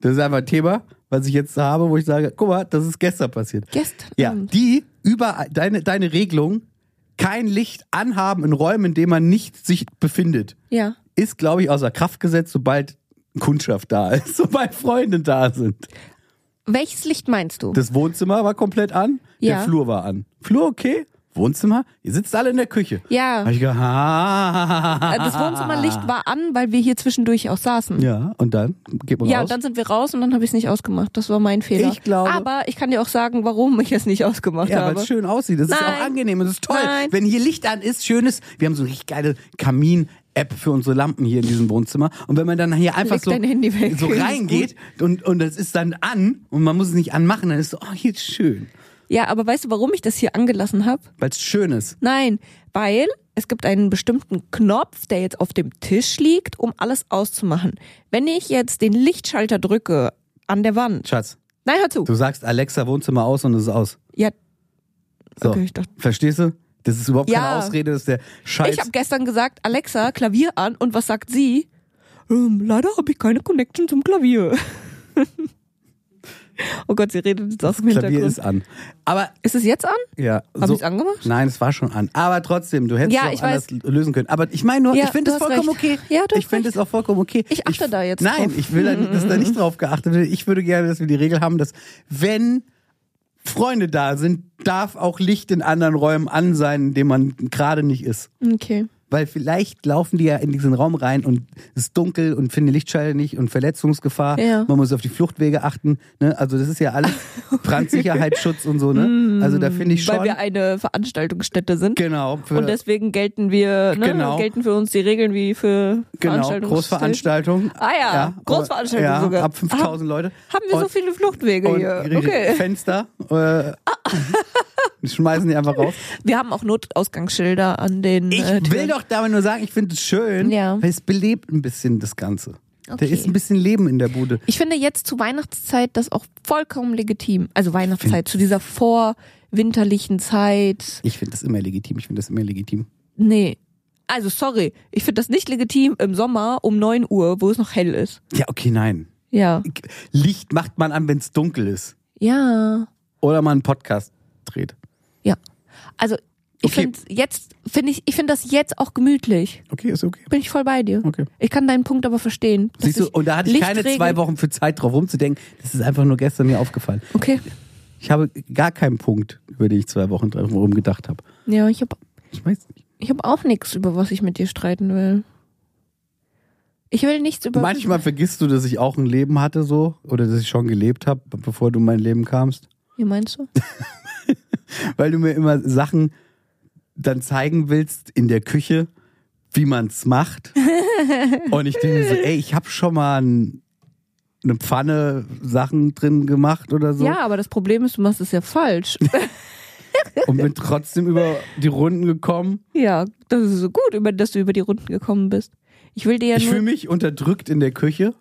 [SPEAKER 2] Das ist einfach ein Thema, was ich jetzt habe, wo ich sage, guck mal, das ist gestern passiert.
[SPEAKER 1] Gestern
[SPEAKER 2] Ja,
[SPEAKER 1] Abend.
[SPEAKER 2] die über deine, deine Regelung, kein Licht anhaben in Räumen, in denen man nicht sich befindet,
[SPEAKER 1] Ja.
[SPEAKER 2] ist, glaube ich, außer Kraft gesetzt, sobald Kundschaft da ist, sobald Freunde da sind.
[SPEAKER 1] Welches Licht meinst du?
[SPEAKER 2] Das Wohnzimmer war komplett an,
[SPEAKER 1] Ja.
[SPEAKER 2] der Flur war an. Flur okay, Wohnzimmer, ihr sitzt alle in der Küche.
[SPEAKER 1] Ja.
[SPEAKER 2] Hab ich gedacht, ah.
[SPEAKER 1] Äh, Das Wohnzimmerlicht war an, weil wir hier zwischendurch auch saßen.
[SPEAKER 2] Ja, und dann geht man
[SPEAKER 1] Ja,
[SPEAKER 2] raus.
[SPEAKER 1] dann sind wir raus und dann habe ich es nicht ausgemacht. Das war mein Fehler.
[SPEAKER 2] Ich glaube-
[SPEAKER 1] Aber ich kann dir auch sagen, warum ich es nicht ausgemacht
[SPEAKER 2] ja, weil
[SPEAKER 1] habe.
[SPEAKER 2] es schön aussieht. Das ist
[SPEAKER 1] Nein.
[SPEAKER 2] auch angenehm und es ist toll.
[SPEAKER 1] Nein.
[SPEAKER 2] Wenn hier Licht an ist, schönes. Wir haben so eine richtig geile Kamin-App für unsere Lampen hier in diesem Wohnzimmer. Und wenn man dann hier einfach
[SPEAKER 1] Leg
[SPEAKER 2] so,
[SPEAKER 1] dein Handy weg.
[SPEAKER 2] so reingeht und, und es ist dann an und man muss es nicht anmachen, dann ist so, oh, hier ist schön.
[SPEAKER 1] Ja, aber weißt du, warum ich das hier angelassen habe?
[SPEAKER 2] Weil es schön ist.
[SPEAKER 1] Nein, weil es gibt einen bestimmten Knopf, der jetzt auf dem Tisch liegt, um alles auszumachen. Wenn ich jetzt den Lichtschalter drücke an der Wand.
[SPEAKER 2] Schatz,
[SPEAKER 1] Nein, hör zu.
[SPEAKER 2] du sagst Alexa Wohnzimmer aus und es ist aus.
[SPEAKER 1] Ja,
[SPEAKER 2] So.
[SPEAKER 1] Okay, ich dachte-
[SPEAKER 2] Verstehst du? Das ist überhaupt
[SPEAKER 1] Ja.
[SPEAKER 2] keine Ausrede, das ist der Scheiß.
[SPEAKER 1] ich habe gestern gesagt, Alexa, Klavier an und was sagt sie? Ähm, leider habe ich keine Connection zum Klavier. oh Gott, sie redet jetzt aus dem
[SPEAKER 2] Klavier
[SPEAKER 1] Hintergrund.
[SPEAKER 2] ist an. Aber
[SPEAKER 1] Ist es jetzt an?
[SPEAKER 2] Ja,
[SPEAKER 1] Hab ich's angemacht?
[SPEAKER 2] Nein, es war schon an. Aber trotzdem, du hättest
[SPEAKER 1] Ja,
[SPEAKER 2] es
[SPEAKER 1] ich
[SPEAKER 2] auch anders
[SPEAKER 1] weiß.
[SPEAKER 2] lösen können. Aber ich meine nur,
[SPEAKER 1] Ja,
[SPEAKER 2] ich finde
[SPEAKER 1] du
[SPEAKER 2] es
[SPEAKER 1] hast
[SPEAKER 2] vollkommen
[SPEAKER 1] recht.
[SPEAKER 2] okay.
[SPEAKER 1] Ja, du
[SPEAKER 2] ich
[SPEAKER 1] hast
[SPEAKER 2] finde es auch vollkommen okay.
[SPEAKER 1] Ich achte da jetzt
[SPEAKER 2] Nein,
[SPEAKER 1] drauf.
[SPEAKER 2] ich will, da, dass da nicht drauf geachtet wird. Ich würde gerne, dass wir die Regel haben, dass wenn Freunde da sind, darf auch Licht in anderen Räumen an sein, in dem man gerade nicht ist.
[SPEAKER 1] Okay.
[SPEAKER 2] Weil vielleicht laufen die ja in diesen Raum rein und es ist dunkel und finden die Lichtschalter nicht und Verletzungsgefahr.
[SPEAKER 1] Ja.
[SPEAKER 2] Man muss auf die Fluchtwege achten. Ne? Also das ist ja alles Brandsicherheitsschutz und so. Ne? Also da finde ich schon.
[SPEAKER 1] Weil wir eine Veranstaltungsstätte sind.
[SPEAKER 2] Genau, für,
[SPEAKER 1] Und deswegen gelten wir, ne,
[SPEAKER 2] Genau.
[SPEAKER 1] gelten für uns die Regeln wie für
[SPEAKER 2] genau
[SPEAKER 1] Veranstaltungsstätten.
[SPEAKER 2] Großveranstaltung.
[SPEAKER 1] Ah ja, Großveranstaltung
[SPEAKER 2] ja,
[SPEAKER 1] sogar. Ah,
[SPEAKER 2] Ab 5000 Leute.
[SPEAKER 1] Haben wir so
[SPEAKER 2] Und-
[SPEAKER 1] viele Fluchtwege
[SPEAKER 2] und
[SPEAKER 1] hier?
[SPEAKER 2] ihre
[SPEAKER 1] Okay. Ah.
[SPEAKER 2] Fenster. Äh, die schmeißen die einfach raus.
[SPEAKER 1] Wir haben auch Notausgangsschilder an den
[SPEAKER 2] Ich
[SPEAKER 1] äh,
[SPEAKER 2] will
[SPEAKER 1] Türen.
[SPEAKER 2] doch damit nur sagen, ich finde es schön,
[SPEAKER 1] Ja.
[SPEAKER 2] weil es belebt ein bisschen das Ganze. Da
[SPEAKER 1] Okay.
[SPEAKER 2] ist ein bisschen Leben in der Bude.
[SPEAKER 1] Ich finde jetzt zu Weihnachtszeit das auch vollkommen legitim. Also Weihnachtszeit, zu dieser vorwinterlichen Zeit.
[SPEAKER 2] Ich finde das immer legitim. Ich finde das immer legitim.
[SPEAKER 1] Nee. Also sorry, ich finde das nicht legitim im Sommer um 9 Uhr, wo es noch hell ist.
[SPEAKER 2] Ja, okay, nein.
[SPEAKER 1] Ja.
[SPEAKER 2] Licht macht man an, wenn es dunkel ist.
[SPEAKER 1] Ja.
[SPEAKER 2] Oder man einen Podcast dreht.
[SPEAKER 1] Ja. Also ich
[SPEAKER 2] Okay.
[SPEAKER 1] finde jetzt finde ich ich finde das jetzt auch gemütlich.
[SPEAKER 2] Okay, ist okay.
[SPEAKER 1] Bin ich voll bei dir.
[SPEAKER 2] Okay.
[SPEAKER 1] Ich kann deinen Punkt aber verstehen. dass
[SPEAKER 2] Siehst du,
[SPEAKER 1] ich
[SPEAKER 2] und da hatte ich keine
[SPEAKER 1] Lichtregeln-
[SPEAKER 2] zwei Wochen für Zeit drauf rumzudenken. Das ist einfach nur gestern mir aufgefallen.
[SPEAKER 1] Okay.
[SPEAKER 2] Ich habe gar keinen Punkt, über den ich zwei Wochen dran rumgedacht habe.
[SPEAKER 1] Ja, ich habe
[SPEAKER 2] Ich weiß nicht.
[SPEAKER 1] ich hab auch nichts, über was ich mit dir streiten will. Ich will nichts über
[SPEAKER 2] Manchmal vergisst du, dass ich auch ein Leben hatte so oder dass ich schon gelebt habe, bevor du in mein Leben kamst,
[SPEAKER 1] Wie meinst du?
[SPEAKER 2] weil du mir immer Sachen dann zeigen willst in der Küche, wie man's macht. Und ich denke mir so, ey, ich habe schon mal ein, eine Pfanne Sachen drin gemacht oder so
[SPEAKER 1] Ja, aber das Problem ist, du machst es ja falsch.
[SPEAKER 2] und bin trotzdem über die Runden gekommen.
[SPEAKER 1] ja, das ist so gut, über dass du über die Runden gekommen bist. Ich will dir ja
[SPEAKER 2] Ich fühle
[SPEAKER 1] nur
[SPEAKER 2] mich unterdrückt in der Küche,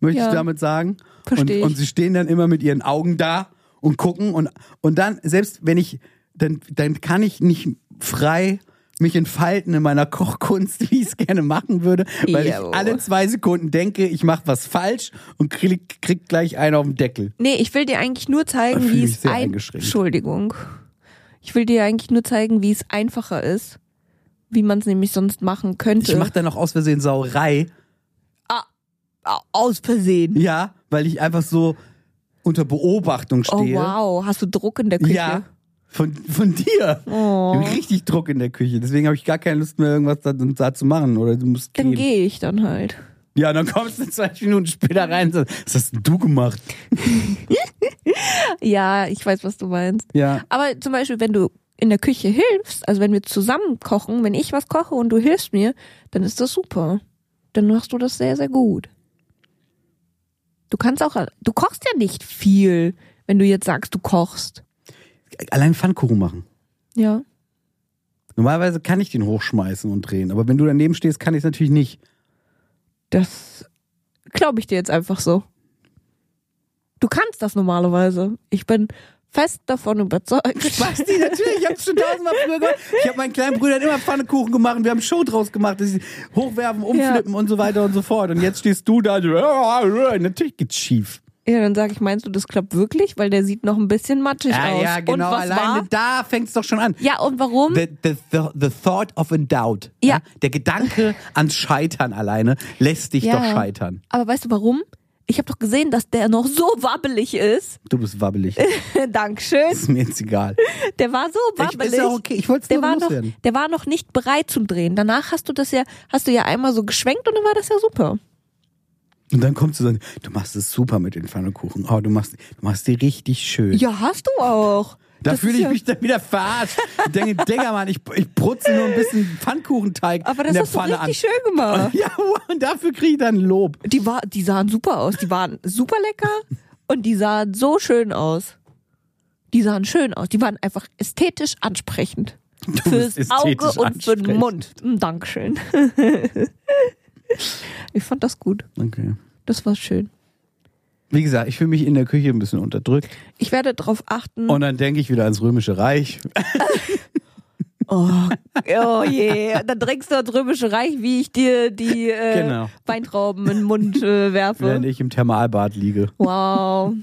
[SPEAKER 2] möchte
[SPEAKER 1] Ja.
[SPEAKER 2] ich damit sagen. Und,
[SPEAKER 1] Versteh ich.
[SPEAKER 2] und sie stehen dann immer mit ihren Augen da und gucken und, und dann, selbst wenn ich, dann, dann kann ich nicht frei mich entfalten in meiner Kochkunst, wie ich es gerne machen würde, weil
[SPEAKER 1] Jo.
[SPEAKER 2] ich alle zwei Sekunden denke, ich mache was falsch und krieg, krieg gleich einen auf den Deckel.
[SPEAKER 1] Nee, ich will dir eigentlich nur
[SPEAKER 2] Da
[SPEAKER 1] zeigen,
[SPEAKER 2] fühl
[SPEAKER 1] wie
[SPEAKER 2] ich
[SPEAKER 1] es
[SPEAKER 2] sehr
[SPEAKER 1] ein
[SPEAKER 2] eingeschränkt.
[SPEAKER 1] Entschuldigung. Ich will dir eigentlich nur zeigen, wie es einfacher ist, wie man es nämlich sonst machen könnte.
[SPEAKER 2] Ich mache dann auch aus Versehen Sauerei,
[SPEAKER 1] Au- aus Versehen.
[SPEAKER 2] ja, weil ich einfach so unter Beobachtung
[SPEAKER 1] Oh
[SPEAKER 2] stehe.
[SPEAKER 1] wow, hast du Druck in der Küche?
[SPEAKER 2] Ja, von, von dir.
[SPEAKER 1] Oh.
[SPEAKER 2] Ich hab richtig Druck in der Küche. Deswegen habe ich gar keine Lust mehr, irgendwas da, da zu machen. Oder du musst
[SPEAKER 1] Dann
[SPEAKER 2] gehen.
[SPEAKER 1] gehe ich dann halt.
[SPEAKER 2] Ja, und dann kommst du 20 Minuten später rein und sagst, was hast denn du gemacht?
[SPEAKER 1] Ja, ich weiß, was du meinst.
[SPEAKER 2] Ja.
[SPEAKER 1] Aber zum Beispiel, wenn du in der Küche hilfst, also wenn wir zusammen kochen, wenn ich was koche und du hilfst mir, dann ist das super. Dann machst du das sehr, sehr gut. Du kannst auch, du kochst ja nicht viel, wenn du jetzt sagst, du kochst.
[SPEAKER 2] Allein Pfannkuchen machen.
[SPEAKER 1] Ja.
[SPEAKER 2] Normalerweise kann ich den hochschmeißen und drehen, aber wenn du daneben stehst, kann ich es natürlich nicht.
[SPEAKER 1] Das glaube ich dir jetzt einfach so. Du kannst das normalerweise. Ich bin fest davon überzeugt.
[SPEAKER 2] Basti, natürlich, ich hab's schon tausendmal früher gemacht. Ich habe meinen kleinen Brüdern immer Pfannkuchen gemacht und wir haben Show draus gemacht, dass sie hochwerfen, umflippen und so weiter und so fort. Und jetzt stehst du da, natürlich geht's schief.
[SPEAKER 1] Ja, dann sage ich, meinst du, das klappt wirklich? Weil der sieht noch ein bisschen matschig aus. Und was
[SPEAKER 2] Ah, genau, Alleine
[SPEAKER 1] war?
[SPEAKER 2] da fängt's doch schon an.
[SPEAKER 1] Ja, und warum?
[SPEAKER 2] The, the, the, the thought of a doubt.
[SPEAKER 1] Ja.
[SPEAKER 2] Der Gedanke ans Scheitern alleine lässt dich
[SPEAKER 1] Ja.
[SPEAKER 2] doch scheitern.
[SPEAKER 1] Aber weißt du warum? Ich habe doch gesehen, dass der noch so wabbelig ist.
[SPEAKER 2] Du bist wabbelig. ist
[SPEAKER 1] Dankeschön.
[SPEAKER 2] mir jetzt egal.
[SPEAKER 1] Der war so
[SPEAKER 2] Ich,
[SPEAKER 1] wabbelig.
[SPEAKER 2] ist ja okay. Ich wollte es
[SPEAKER 1] Der
[SPEAKER 2] nur
[SPEAKER 1] war, noch,
[SPEAKER 2] loswerden.
[SPEAKER 1] der war noch nicht bereit zum Drehen. Danach hast du das ja, hast du ja einmal so geschwenkt und dann war das ja super.
[SPEAKER 2] Und dann kommst du so, du machst es super mit den Pfannkuchen. Oh, du machst, du machst die richtig schön.
[SPEAKER 1] Ja, hast du auch.
[SPEAKER 2] Da
[SPEAKER 1] Das
[SPEAKER 2] fühle
[SPEAKER 1] ist
[SPEAKER 2] ich
[SPEAKER 1] ja-
[SPEAKER 2] mich dann wieder verarscht. Ich denke, Digga, Mann, ich, ich brutze nur ein bisschen Pfannkuchenteig
[SPEAKER 1] Aber das
[SPEAKER 2] in der
[SPEAKER 1] hast du
[SPEAKER 2] Pfanne
[SPEAKER 1] richtig
[SPEAKER 2] an.
[SPEAKER 1] schön gemacht.
[SPEAKER 2] Ja, und dafür kriege ich dann Lob.
[SPEAKER 1] Die, war, die sahen super aus. Die waren super lecker und die sahen so schön aus. Die sahen schön aus. Die waren einfach ästhetisch ansprechend.
[SPEAKER 2] Du
[SPEAKER 1] Fürs
[SPEAKER 2] bist
[SPEAKER 1] Auge
[SPEAKER 2] ästhetisch
[SPEAKER 1] und für den
[SPEAKER 2] ansprechend.
[SPEAKER 1] Mund. Mm, Dankeschön. ich fand das gut.
[SPEAKER 2] Okay.
[SPEAKER 1] Das war schön.
[SPEAKER 2] Wie gesagt, ich fühle mich in der Küche ein bisschen unterdrückt.
[SPEAKER 1] Ich werde darauf achten.
[SPEAKER 2] Und dann denke ich wieder ans Römische Reich.
[SPEAKER 1] Oh, oh je. Dann trinkst du das Römische Reich, wie ich dir die äh,
[SPEAKER 2] Genau.
[SPEAKER 1] Weintrauben in den Mund äh, werfe.
[SPEAKER 2] Während ich im Thermalbad liege.
[SPEAKER 1] Wow.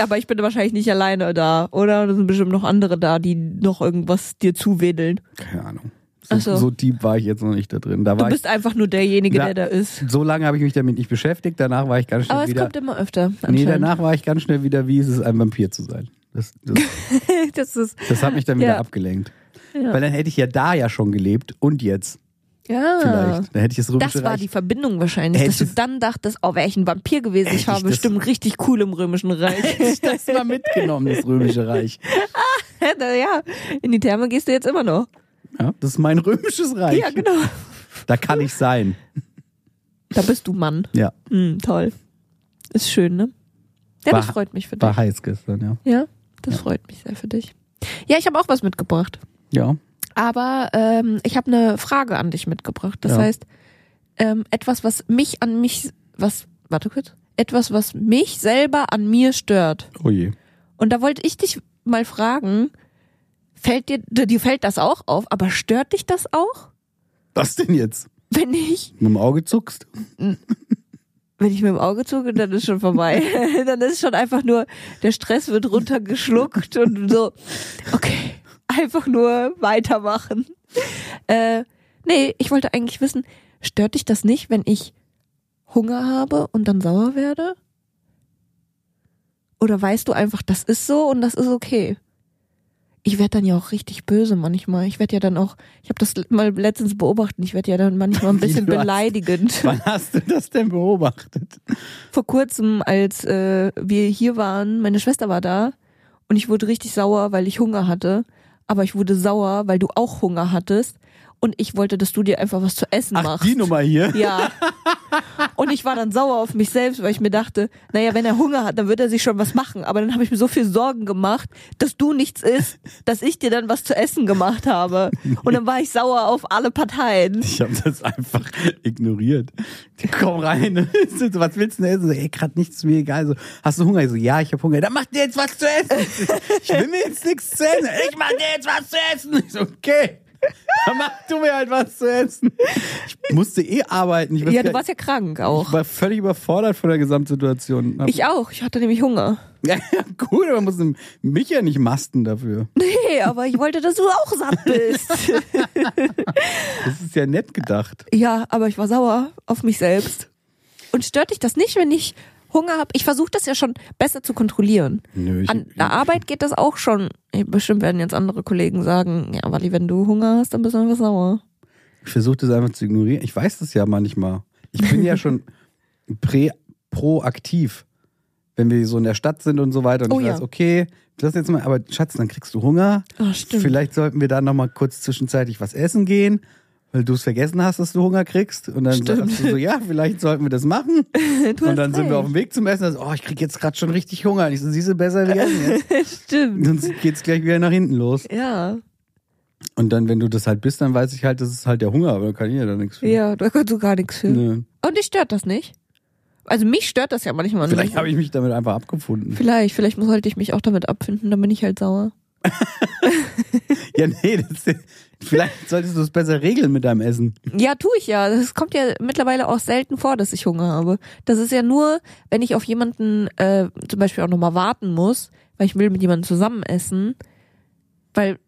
[SPEAKER 1] Aber ich bin wahrscheinlich nicht alleine da, oder? Da sind bestimmt noch andere da, die noch irgendwas dir zuwedeln.
[SPEAKER 2] Keine Ahnung. So,
[SPEAKER 1] Ach so.
[SPEAKER 2] so deep war ich jetzt noch nicht da drin. Da
[SPEAKER 1] Du
[SPEAKER 2] war
[SPEAKER 1] bist einfach nur derjenige,
[SPEAKER 2] Na,
[SPEAKER 1] der da ist.
[SPEAKER 2] ich, so lange habe ich mich damit nicht beschäftigt. Danach war ich ganz schnell
[SPEAKER 1] Aber es
[SPEAKER 2] wieder.
[SPEAKER 1] kommt immer öfter.
[SPEAKER 2] nee,
[SPEAKER 1] anscheinend.
[SPEAKER 2] danach war ich ganz schnell wieder, wie ist es, ein Vampir zu sein. Das, das,
[SPEAKER 1] Das ist,
[SPEAKER 2] das hat mich dann wieder
[SPEAKER 1] Ja.
[SPEAKER 2] abgelenkt. Weil dann hätte ich ja da ja schon gelebt und jetzt
[SPEAKER 1] ja.
[SPEAKER 2] vielleicht. Dann hätte ich das Römische
[SPEAKER 1] Ah. Das war
[SPEAKER 2] Reich.
[SPEAKER 1] die Verbindung wahrscheinlich, dass
[SPEAKER 2] Hättest-
[SPEAKER 1] du dann dachtest, oh, wäre ich ein Vampir gewesen, ich war
[SPEAKER 2] ich das-
[SPEAKER 1] bestimmt richtig cool im Römischen Reich.
[SPEAKER 2] Hätte ich das mal mitgenommen, das Römische Reich.
[SPEAKER 1] naja, in die Therme gehst du jetzt immer noch.
[SPEAKER 2] Ja, das ist mein römisches Reich.
[SPEAKER 1] Ja, genau.
[SPEAKER 2] Da kann ich sein.
[SPEAKER 1] Da bist du Mann.
[SPEAKER 2] Ja.
[SPEAKER 1] Hm, toll. Ist schön, ne? Ja, das
[SPEAKER 2] War-
[SPEAKER 1] freut mich für dich.
[SPEAKER 2] War heiß gestern, ja.
[SPEAKER 1] Ja, das freut mich sehr für dich. Ja, ich habe auch was mitgebracht.
[SPEAKER 2] Ja.
[SPEAKER 1] Aber ähm, ich habe eine Frage an dich mitgebracht. Das
[SPEAKER 2] Ja.
[SPEAKER 1] heißt, ähm, etwas, was mich an mich, was, warte kurz, etwas, was mich selber an mir stört.
[SPEAKER 2] Oh je.
[SPEAKER 1] Und da wollte ich dich mal fragen, fällt dir, dir fällt das auch auf, aber stört dich das auch?
[SPEAKER 2] Was denn jetzt?
[SPEAKER 1] Wenn ich,
[SPEAKER 2] Mit dem Auge zuckst?
[SPEAKER 1] wenn ich mit dem Auge zucke, dann ist schon vorbei. dann ist schon einfach nur, der Stress wird runtergeschluckt und so, okay, einfach nur weitermachen. Äh, nee, ich wollte eigentlich wissen, stört dich das nicht, wenn ich Hunger habe und dann sauer werde? Oder weißt du einfach, das ist so und das ist okay? Ich werde dann ja auch richtig böse manchmal. Ich werde ja dann auch, ich habe das mal letztens beobachtet, ich werde ja dann manchmal ein
[SPEAKER 2] Wie,
[SPEAKER 1] bisschen
[SPEAKER 2] du hast-
[SPEAKER 1] beleidigend.
[SPEAKER 2] Wann hast du das denn beobachtet?
[SPEAKER 1] Vor kurzem, als äh, wir hier waren, meine Schwester war da und ich wurde richtig sauer, weil ich Hunger hatte. Aber ich wurde sauer, weil du auch Hunger hattest und ich wollte, dass du dir einfach was zu essen
[SPEAKER 2] Ach,
[SPEAKER 1] machst.
[SPEAKER 2] die Nummer hier.
[SPEAKER 1] Ja. Und ich war dann sauer auf mich selbst, weil ich mir dachte, naja, wenn er Hunger hat, dann wird er sich schon was machen. Aber dann habe ich mir so viel Sorgen gemacht, dass du nichts isst, dass ich dir dann was zu essen gemacht habe. Und dann war ich sauer auf alle Parteien.
[SPEAKER 2] Ich habe das einfach ignoriert. Die kommen rein. so, Was willst du denn essen? So, ey, gerade nichts, ist mir egal. So, hast du Hunger? Ich so, ja, ich habe Hunger. Dann mach dir jetzt was zu essen. Ich will mir jetzt nichts zu essen. Ich mach dir jetzt was zu essen. Ich so, okay. Dann mach du mir halt was zu essen. Ich musste eh arbeiten. Ich weiß
[SPEAKER 1] Ja, du
[SPEAKER 2] gar-
[SPEAKER 1] warst ja krank
[SPEAKER 2] ich
[SPEAKER 1] auch.
[SPEAKER 2] war völlig überfordert von der Gesamtsituation.
[SPEAKER 1] Ich auch. Ich hatte nämlich Hunger.
[SPEAKER 2] ja, cool, man muss mich ja nicht masten dafür.
[SPEAKER 1] Nee, aber ich wollte, dass du auch satt bist.
[SPEAKER 2] Das ist ja nett gedacht.
[SPEAKER 1] ja, aber ich war sauer auf mich selbst. Und stört dich das nicht, wenn ich Hunger habe? Ich versuche das ja schon besser zu kontrollieren.
[SPEAKER 2] Nö, Hm, ich-
[SPEAKER 1] An der Arbeit geht das auch schon. Bestimmt werden jetzt andere Kollegen sagen, ja, Wally, wenn du Hunger hast, dann bist du einfach sauer.
[SPEAKER 2] Ich versuche das einfach zu ignorieren. Ich weiß das ja manchmal. Ich bin ja schon prä, proaktiv, wenn wir so in der Stadt sind und so weiter. Und
[SPEAKER 1] Oh
[SPEAKER 2] ich
[SPEAKER 1] ja.
[SPEAKER 2] weiß, okay, lass jetzt mal, aber Schatz, dann kriegst du Hunger.
[SPEAKER 1] Ah, stimmt.
[SPEAKER 2] Vielleicht sollten wir da nochmal kurz zwischenzeitlich was essen gehen, weil du es vergessen hast, dass du Hunger kriegst. Und dann
[SPEAKER 1] Stimmt.
[SPEAKER 2] sagst du so, ja, vielleicht sollten wir das machen.
[SPEAKER 1] Du
[SPEAKER 2] und dann
[SPEAKER 1] hast
[SPEAKER 2] sind wir auf
[SPEAKER 1] recht.
[SPEAKER 2] dem Weg zum Essen. Also, oh, ich krieg jetzt gerade schon richtig Hunger. Und ich so, siehst du, besser wir essen jetzt.
[SPEAKER 1] Stimmt.
[SPEAKER 2] Sonst geht's gleich wieder nach hinten los.
[SPEAKER 1] Ja,
[SPEAKER 2] Und dann, wenn du das halt bist, dann weiß ich halt, das ist halt der Hunger, aber dann kann ich ja da nichts für.
[SPEAKER 1] ja, da kannst du gar nichts für.
[SPEAKER 2] Nö.
[SPEAKER 1] Und dich stört das nicht? Also mich stört das ja manchmal
[SPEAKER 2] Vielleicht
[SPEAKER 1] nicht.
[SPEAKER 2] habe ich mich damit einfach abgefunden.
[SPEAKER 1] Vielleicht, vielleicht muss halt ich mich auch damit abfinden, dann bin ich halt sauer.
[SPEAKER 2] Ja, nee, das, vielleicht solltest du es besser regeln mit deinem Essen.
[SPEAKER 1] Ja, tue ich ja. Das kommt ja mittlerweile auch selten vor, dass ich Hunger habe. Das ist ja nur, wenn ich auf jemanden äh, zum Beispiel auch nochmal warten muss, weil ich will mit jemandem zusammen essen, weil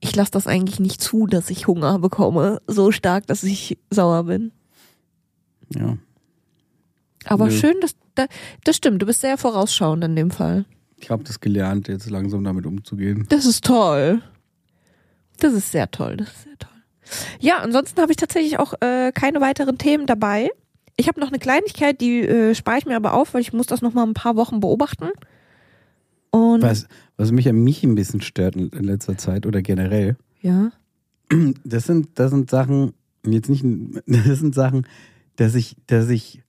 [SPEAKER 1] ich lasse das eigentlich nicht zu, dass ich Hunger bekomme, so stark, dass ich sauer bin.
[SPEAKER 2] Ja.
[SPEAKER 1] Aber
[SPEAKER 2] Nö.
[SPEAKER 1] schön, dass da, das stimmt. Du bist sehr vorausschauend in dem Fall.
[SPEAKER 2] Ich habe das gelernt, jetzt langsam damit umzugehen.
[SPEAKER 1] Das ist toll. Das ist sehr toll. Das ist sehr toll. Ja, ansonsten habe ich tatsächlich auch äh, keine weiteren Themen dabei. Ich habe noch eine Kleinigkeit, die äh, spare ich mir aber auf, weil ich muss das noch mal ein paar Wochen beobachten. Und
[SPEAKER 2] Was, was mich an mich ein bisschen stört in in letzter Zeit oder generell,
[SPEAKER 1] ja,
[SPEAKER 2] das sind, das sind Sachen, jetzt nicht, das sind Sachen, dass ich, dass ich,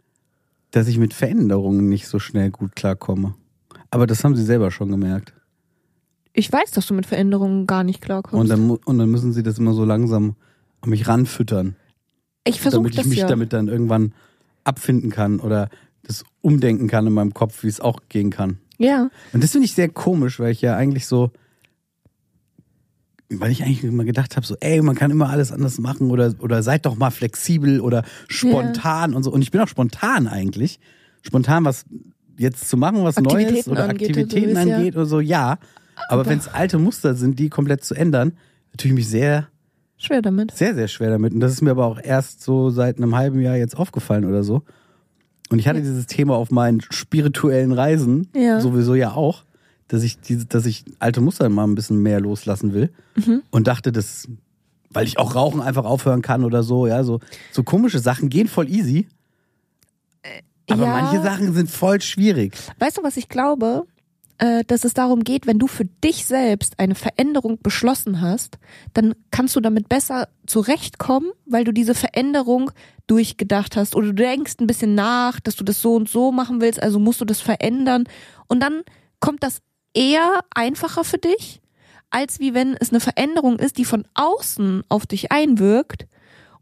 [SPEAKER 2] dass ich mit Veränderungen nicht so schnell gut klarkomme. Aber das haben sie selber schon gemerkt.
[SPEAKER 1] ich weiß, dass du mit Veränderungen gar nicht klarkommst.
[SPEAKER 2] Und dann, mu- und dann müssen sie das immer so langsam an mich ranfüttern,
[SPEAKER 1] ich versuche
[SPEAKER 2] damit ich
[SPEAKER 1] das
[SPEAKER 2] mich
[SPEAKER 1] ja.
[SPEAKER 2] damit dann irgendwann abfinden kann oder das umdenken kann in meinem Kopf, wie es auch gehen kann.
[SPEAKER 1] ja,
[SPEAKER 2] Und das finde ich sehr komisch, weil ich ja eigentlich so, weil ich eigentlich immer gedacht habe, so, ey, man kann immer alles anders machen oder, oder seid doch mal flexibel oder spontan und so. Und ich bin auch spontan eigentlich. Spontan was jetzt zu machen, was Neues
[SPEAKER 1] Aktivitäten
[SPEAKER 2] oder
[SPEAKER 1] angeht oder
[SPEAKER 2] Aktivitäten
[SPEAKER 1] sowas, ja.
[SPEAKER 2] angeht oder so, ja. Aber, wenn es alte Muster sind, die komplett zu ändern, tue ich mich sehr,
[SPEAKER 1] schwer damit.
[SPEAKER 2] sehr, sehr schwer damit. Und das ist mir aber auch erst so seit einem halben Jahr jetzt aufgefallen oder so. Und ich hatte dieses Thema auf meinen spirituellen Reisen
[SPEAKER 1] Ja.
[SPEAKER 2] sowieso ja auch, dass ich, diese, dass ich alte Muster mal ein bisschen mehr loslassen will.
[SPEAKER 1] Mhm.
[SPEAKER 2] Und dachte, dass, weil ich auch Rauchen einfach aufhören kann oder so, ja, so, so komische Sachen gehen voll easy. Aber
[SPEAKER 1] ja.
[SPEAKER 2] manche Sachen sind voll schwierig.
[SPEAKER 1] Weißt du, was ich glaube? Äh, Dass es darum geht, wenn du für dich selbst eine Veränderung beschlossen hast, dann kannst du damit besser zurechtkommen, weil du diese Veränderung durchgedacht hast oder du denkst ein bisschen nach, dass du das so und so machen willst, also musst du das verändern. Und dann kommt das eher einfacher für dich, als wie wenn es eine Veränderung ist, die von außen auf dich einwirkt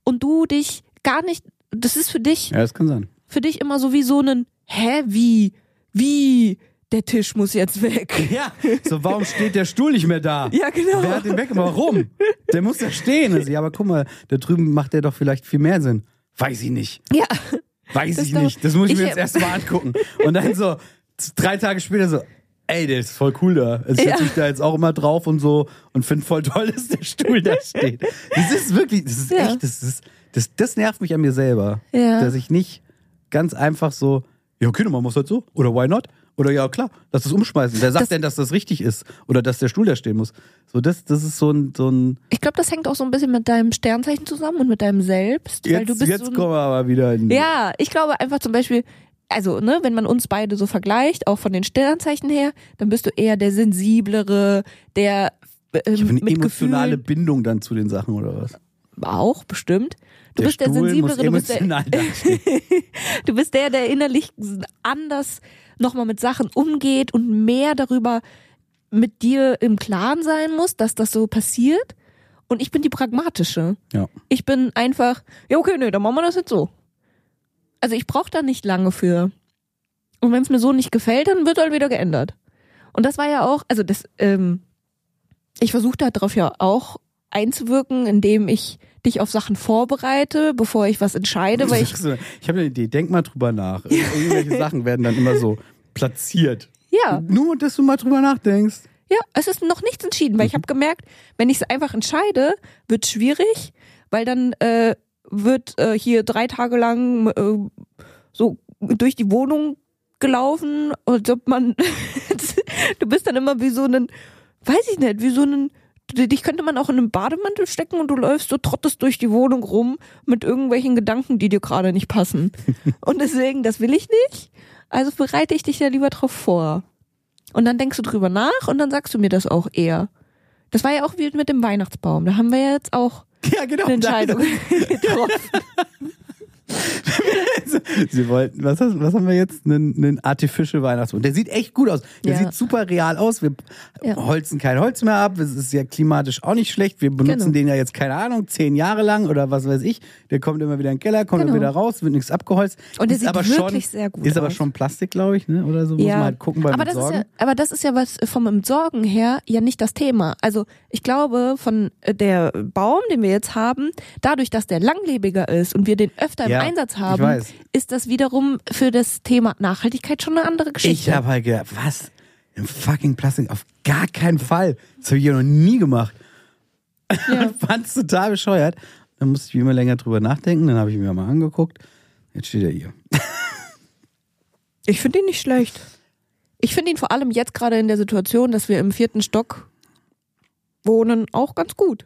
[SPEAKER 1] und du dich gar nicht, das ist für dich
[SPEAKER 2] Ja, das kann sein.
[SPEAKER 1] für dich immer so wie so einen, hä, wie, wie, der Tisch muss jetzt weg.
[SPEAKER 2] Ja, so warum steht der Stuhl nicht mehr da?
[SPEAKER 1] Ja, genau.
[SPEAKER 2] Wer hat den weg? Warum? Der muss da stehen. Also, ja, aber guck mal, da drüben macht der doch vielleicht viel mehr Sinn. Weiß ich nicht.
[SPEAKER 1] Ja,
[SPEAKER 2] Weiß
[SPEAKER 1] Das
[SPEAKER 2] ich
[SPEAKER 1] doch-
[SPEAKER 2] nicht. Das muss ich,
[SPEAKER 1] ich-
[SPEAKER 2] mir jetzt erstmal angucken. Und dann so z- drei Tage später so, ey, der ist voll cool da. Also ich
[SPEAKER 1] Ja.
[SPEAKER 2] setze mich da jetzt auch immer drauf und so und finde voll toll, dass der Stuhl da steht. Das ist wirklich, das ist
[SPEAKER 1] Ja.
[SPEAKER 2] echt, das ist, das, das nervt mich an mir selber.
[SPEAKER 1] Ja.
[SPEAKER 2] Dass ich nicht ganz einfach so, ja, okay, dann machen wir es halt so. Oder why not? Oder ja, klar, lass es umschmeißen. Wer sagt
[SPEAKER 1] Das-
[SPEAKER 2] denn, dass das richtig ist? Oder dass der Stuhl da stehen muss? So, das, das ist so ein, so ein,
[SPEAKER 1] ich glaube, das hängt auch so ein bisschen mit deinem Sternzeichen zusammen und mit deinem Selbst, weil du
[SPEAKER 2] jetzt,
[SPEAKER 1] bist
[SPEAKER 2] jetzt
[SPEAKER 1] so ein,
[SPEAKER 2] kommen wir aber wieder in,
[SPEAKER 1] Ja, ich glaube einfach zum Beispiel, also, ne, wenn man uns beide so vergleicht, auch von den Sternzeichen her, dann bist du eher der sensiblere, der ähm,
[SPEAKER 2] ich habe eine
[SPEAKER 1] mit
[SPEAKER 2] emotionale
[SPEAKER 1] Gefühl,
[SPEAKER 2] Bindung dann zu den Sachen oder was?
[SPEAKER 1] auch bestimmt. Du bist der
[SPEAKER 2] Stuhl muss
[SPEAKER 1] sensiblere, du bist der,
[SPEAKER 2] emotional dastehen.
[SPEAKER 1] Du bist der, der innerlich anders nochmal mit Sachen umgeht und mehr darüber mit dir im Klaren sein muss, dass das so passiert. Und ich bin die pragmatische.
[SPEAKER 2] ja.
[SPEAKER 1] Ich bin einfach, ja, okay, nö, dann machen wir das jetzt so. Also ich brauche da nicht lange für. Und wenn es mir so nicht gefällt, dann wird halt wieder geändert. Und das war ja auch, also das, ähm, ich versuchte halt darauf ja auch einzuwirken, indem ich dich auf Sachen vorbereite, bevor ich was entscheide, weil ich
[SPEAKER 2] So, ich habe eine Idee, denk mal drüber nach. Irgendwelche Sachen werden dann immer so platziert.
[SPEAKER 1] ja
[SPEAKER 2] Nur, dass du mal drüber nachdenkst.
[SPEAKER 1] Ja, es ist noch nichts entschieden, weil ich habe gemerkt, wenn ich es einfach entscheide, wird schwierig, weil dann äh, wird äh, hier drei Tage lang äh, so durch die Wohnung gelaufen, als ob man du bist dann immer wie so ein, weiß ich nicht, wie so ein D- Dich könnte man auch in einen Bademantel stecken und du läufst so trottest durch die Wohnung rum mit irgendwelchen Gedanken, die dir gerade nicht passen. Und deswegen, das will ich nicht. Also bereite ich dich ja lieber drauf vor. Und dann denkst du drüber nach und dann sagst du mir das auch eher. Das war ja auch wie mit dem Weihnachtsbaum. Da haben wir ja jetzt auch
[SPEAKER 2] Ja, genau.
[SPEAKER 1] eine Entscheidung getroffen.
[SPEAKER 2] Sie wollten, was, hast, was haben wir jetzt? Einen, einen artificial Weihnachtsbaum. Der sieht echt gut aus. Der
[SPEAKER 1] Ja.
[SPEAKER 2] sieht super real aus. Wir
[SPEAKER 1] Ja.
[SPEAKER 2] holzen kein Holz mehr ab. Es ist ja klimatisch auch nicht schlecht. Wir benutzen
[SPEAKER 1] Genau.
[SPEAKER 2] den ja jetzt, keine Ahnung, zehn Jahre lang oder was weiß ich. Der kommt immer wieder in den Keller, kommt
[SPEAKER 1] Genau.
[SPEAKER 2] immer wieder raus, wird nichts abgeholzt.
[SPEAKER 1] Und der
[SPEAKER 2] ist
[SPEAKER 1] sieht
[SPEAKER 2] aber
[SPEAKER 1] wirklich
[SPEAKER 2] schon,
[SPEAKER 1] sehr gut
[SPEAKER 2] Ist aber
[SPEAKER 1] aus.
[SPEAKER 2] schon Plastik, glaube ich, ne? oder so. Muss man halt gucken beim
[SPEAKER 1] aber das
[SPEAKER 2] Entsorgen.
[SPEAKER 1] Ist ja, aber das ist ja was vom Entsorgen her ja nicht das Thema. Also ich glaube, von äh, der Baum, den wir jetzt haben, dadurch, dass der langlebiger ist und wir den öfter
[SPEAKER 2] Ja,
[SPEAKER 1] im Einsatz
[SPEAKER 2] ich
[SPEAKER 1] haben,
[SPEAKER 2] weiß.
[SPEAKER 1] ist das wiederum für das Thema Nachhaltigkeit schon eine andere Geschichte.
[SPEAKER 2] Ich habe halt gedacht, was? Im fucking Plastik? Auf gar keinen Fall. Das habe ich ja noch nie gemacht.
[SPEAKER 1] Ja.
[SPEAKER 2] Fand's total bescheuert. Dann musste ich wie immer länger drüber nachdenken. Dann habe ich mir mal angeguckt. Jetzt steht er hier.
[SPEAKER 1] Ich finde ihn nicht schlecht. Ich finde ihn vor allem jetzt gerade in der Situation, dass wir im vierten Stock wohnen, auch ganz gut.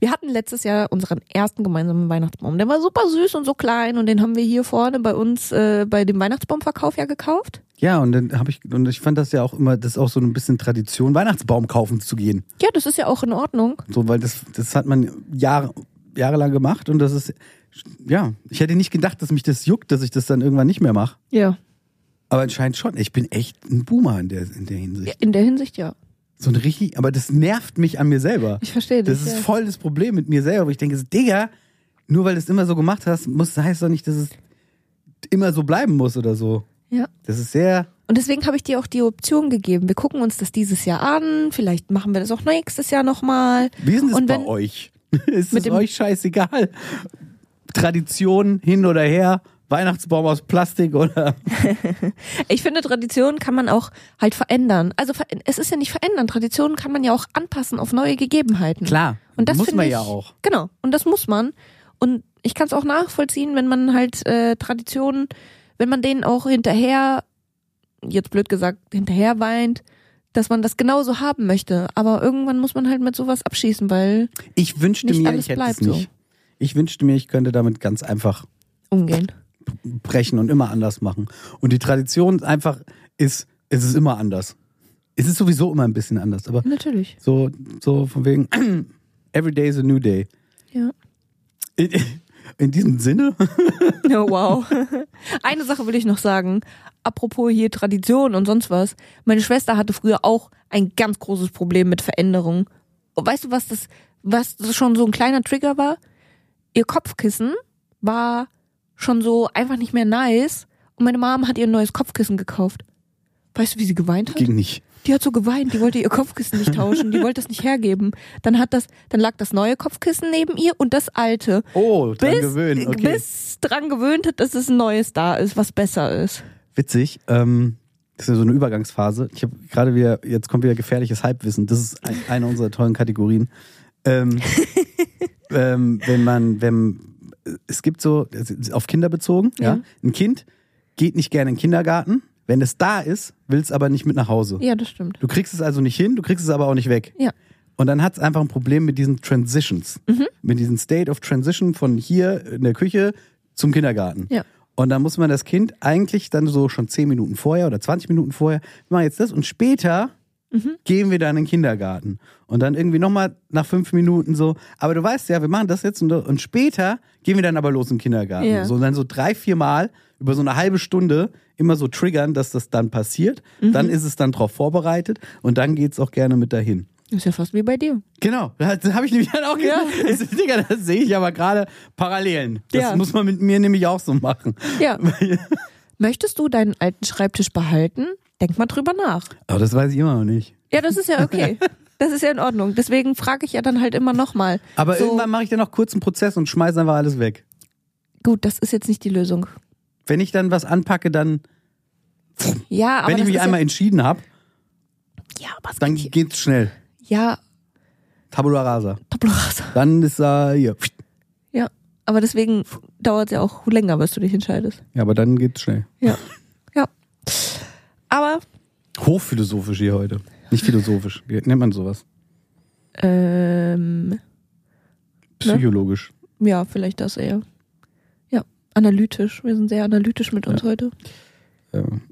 [SPEAKER 1] Wir hatten letztes Jahr unseren ersten gemeinsamen Weihnachtsbaum. Der war super süß und so klein und den haben wir hier vorne bei uns äh, bei dem Weihnachtsbaumverkauf ja gekauft.
[SPEAKER 2] Ja, und dann habe ich, und ich fand das ja auch immer, das ist auch so ein bisschen Tradition, Weihnachtsbaum kaufen zu gehen.
[SPEAKER 1] Ja, das ist ja auch in Ordnung.
[SPEAKER 2] So, weil das, das hat man Jahre, jahrelang gemacht und das ist, ja, ich hätte nicht gedacht, dass mich das juckt, dass ich das dann irgendwann nicht mehr mache.
[SPEAKER 1] Ja.
[SPEAKER 2] Aber anscheinend schon. Ich bin echt ein Boomer in der, in der Hinsicht.
[SPEAKER 1] In der Hinsicht ja.
[SPEAKER 2] So ein richtig, aber das nervt mich an mir selber.
[SPEAKER 1] Ich verstehe
[SPEAKER 2] Das
[SPEAKER 1] dich.
[SPEAKER 2] ist
[SPEAKER 1] ja.
[SPEAKER 2] voll das Problem mit mir selber, wo ich denke, so, Digga, nur weil du es immer so gemacht hast, muss, heißt doch nicht, dass es immer so bleiben muss oder so.
[SPEAKER 1] ja.
[SPEAKER 2] Das ist sehr.
[SPEAKER 1] Und deswegen habe ich dir auch die Option gegeben. Wir gucken uns das dieses Jahr an. Vielleicht machen wir das auch nächstes Jahr nochmal.
[SPEAKER 2] Wie ist denn das
[SPEAKER 1] Und
[SPEAKER 2] bei
[SPEAKER 1] wenn-
[SPEAKER 2] euch? Ist
[SPEAKER 1] Mit
[SPEAKER 2] es
[SPEAKER 1] dem-
[SPEAKER 2] euch scheißegal? Tradition hin oder her, Weihnachtsbaum aus Plastik oder.
[SPEAKER 1] Ich finde, Traditionen kann man auch halt verändern. Also ver- es ist ja nicht verändern. Traditionen kann man ja auch anpassen auf neue Gegebenheiten.
[SPEAKER 2] Klar,
[SPEAKER 1] Und das
[SPEAKER 2] muss
[SPEAKER 1] finde
[SPEAKER 2] man
[SPEAKER 1] ich,
[SPEAKER 2] ja auch.
[SPEAKER 1] Genau. Und das muss man. Und ich kann es auch nachvollziehen, wenn man halt äh, Traditionen, wenn man denen auch hinterher, jetzt blöd gesagt, hinterher weint, dass man das genauso haben möchte. Aber irgendwann muss man halt mit sowas abschießen, weil
[SPEAKER 2] Ich wünschte
[SPEAKER 1] Nicht
[SPEAKER 2] mir,
[SPEAKER 1] alles
[SPEAKER 2] ich hätte es
[SPEAKER 1] bleibt so.
[SPEAKER 2] nicht. Ich wünschte mir, ich könnte damit ganz einfach
[SPEAKER 1] umgehen.
[SPEAKER 2] brechen und immer anders machen. Und die Tradition einfach ist, es ist immer anders. Es ist sowieso immer ein bisschen anders, aber
[SPEAKER 1] Natürlich.
[SPEAKER 2] So, so von wegen, every day is a new day.
[SPEAKER 1] Ja.
[SPEAKER 2] In, in diesem Sinne,
[SPEAKER 1] Ja, Oh, wow. Eine Sache will ich noch sagen. Apropos hier Tradition und sonst was. Meine Schwester hatte früher auch ein ganz großes Problem mit Veränderung. Weißt du, was das, was das schon so ein kleiner Trigger war? Ihr Kopfkissen war schon so einfach nicht mehr nice. Und meine Mom hat ihr ein neues Kopfkissen gekauft. Weißt du, wie sie geweint hat?
[SPEAKER 2] ging nicht.
[SPEAKER 1] Die hat so geweint, die wollte ihr Kopfkissen nicht tauschen, die wollte das nicht hergeben. Dann hat das, dann lag das neue Kopfkissen neben ihr und das alte
[SPEAKER 2] Oh, dran
[SPEAKER 1] bis,
[SPEAKER 2] gewöhnen. Okay.
[SPEAKER 1] bis dran gewöhnt hat, dass es ein neues da ist, was besser ist.
[SPEAKER 2] Witzig, ähm, das ist ja so eine Übergangsphase. Ich habe gerade wieder, jetzt kommt wieder gefährliches Halbwissen. Das ist ein, eine unserer tollen Kategorien. Ähm, ähm, wenn man, wenn, es gibt so, es ist auf Kinder bezogen, ja.
[SPEAKER 1] Ja.
[SPEAKER 2] Ein Kind geht nicht gerne in den Kindergarten. Wenn es da ist, will es aber nicht mit nach Hause.
[SPEAKER 1] Ja, das stimmt.
[SPEAKER 2] Du kriegst es also nicht hin, du kriegst es aber auch nicht weg.
[SPEAKER 1] Ja. Mhm.
[SPEAKER 2] Und dann hat es einfach ein Problem mit diesen Transitions. Mit diesem State of Transition von hier in der Küche zum Kindergarten.
[SPEAKER 1] Ja.
[SPEAKER 2] Und dann muss man das Kind eigentlich dann so schon 10 Minuten vorher oder 20 Minuten vorher, wir machen jetzt das und später
[SPEAKER 1] Mhm.
[SPEAKER 2] gehen wir dann in den Kindergarten. Und dann irgendwie nochmal nach fünf Minuten so, aber du weißt ja, wir machen das jetzt und, und später gehen wir dann aber los in den Kindergarten.
[SPEAKER 1] Ja.
[SPEAKER 2] So, und dann so drei, vier Mal über so eine halbe Stunde immer so triggern, dass das dann passiert.
[SPEAKER 1] Mhm.
[SPEAKER 2] Dann ist es dann drauf vorbereitet und dann geht's auch gerne mit dahin.
[SPEAKER 1] Ist ja fast wie bei dir.
[SPEAKER 2] Genau, das habe ich nämlich dann auch gedacht.
[SPEAKER 1] Ja.
[SPEAKER 2] Das, Digga, das sehe ich aber gerade Parallelen. Das
[SPEAKER 1] Ja.
[SPEAKER 2] muss man mit mir nämlich auch so machen.
[SPEAKER 1] Ja. Möchtest du deinen alten Schreibtisch behalten? Denk mal drüber nach.
[SPEAKER 2] Aber das weiß ich immer noch nicht.
[SPEAKER 1] Ja, das ist ja okay. Das ist ja in Ordnung. Deswegen frage ich ja dann halt immer nochmal.
[SPEAKER 2] Aber
[SPEAKER 1] so,
[SPEAKER 2] irgendwann mache ich dann noch kurz einen Prozess und schmeiße einfach alles weg.
[SPEAKER 1] Gut, das ist jetzt nicht die Lösung.
[SPEAKER 2] Wenn ich dann was anpacke, dann,
[SPEAKER 1] Ja, aber
[SPEAKER 2] wenn ich
[SPEAKER 1] das
[SPEAKER 2] mich
[SPEAKER 1] ist
[SPEAKER 2] einmal entschieden habe,
[SPEAKER 1] ja, ja, aber es
[SPEAKER 2] dann
[SPEAKER 1] geht hier.
[SPEAKER 2] geht's schnell.
[SPEAKER 1] Ja,
[SPEAKER 2] Tabula rasa.
[SPEAKER 1] Tabula rasa.
[SPEAKER 2] Dann ist er hier.
[SPEAKER 1] Ja, aber deswegen dauert es ja auch länger, bis du dich entscheidest.
[SPEAKER 2] Ja, aber dann geht's schnell.
[SPEAKER 1] Ja. Ja. Aber Ne?
[SPEAKER 2] Hochphilosophisch hier heute. Nicht philosophisch. Wie nennt man sowas?
[SPEAKER 1] ähm,
[SPEAKER 2] Psychologisch.
[SPEAKER 1] ja, vielleicht das eher. Ja, analytisch. Wir sind sehr analytisch mit uns heute.
[SPEAKER 2] Ähm,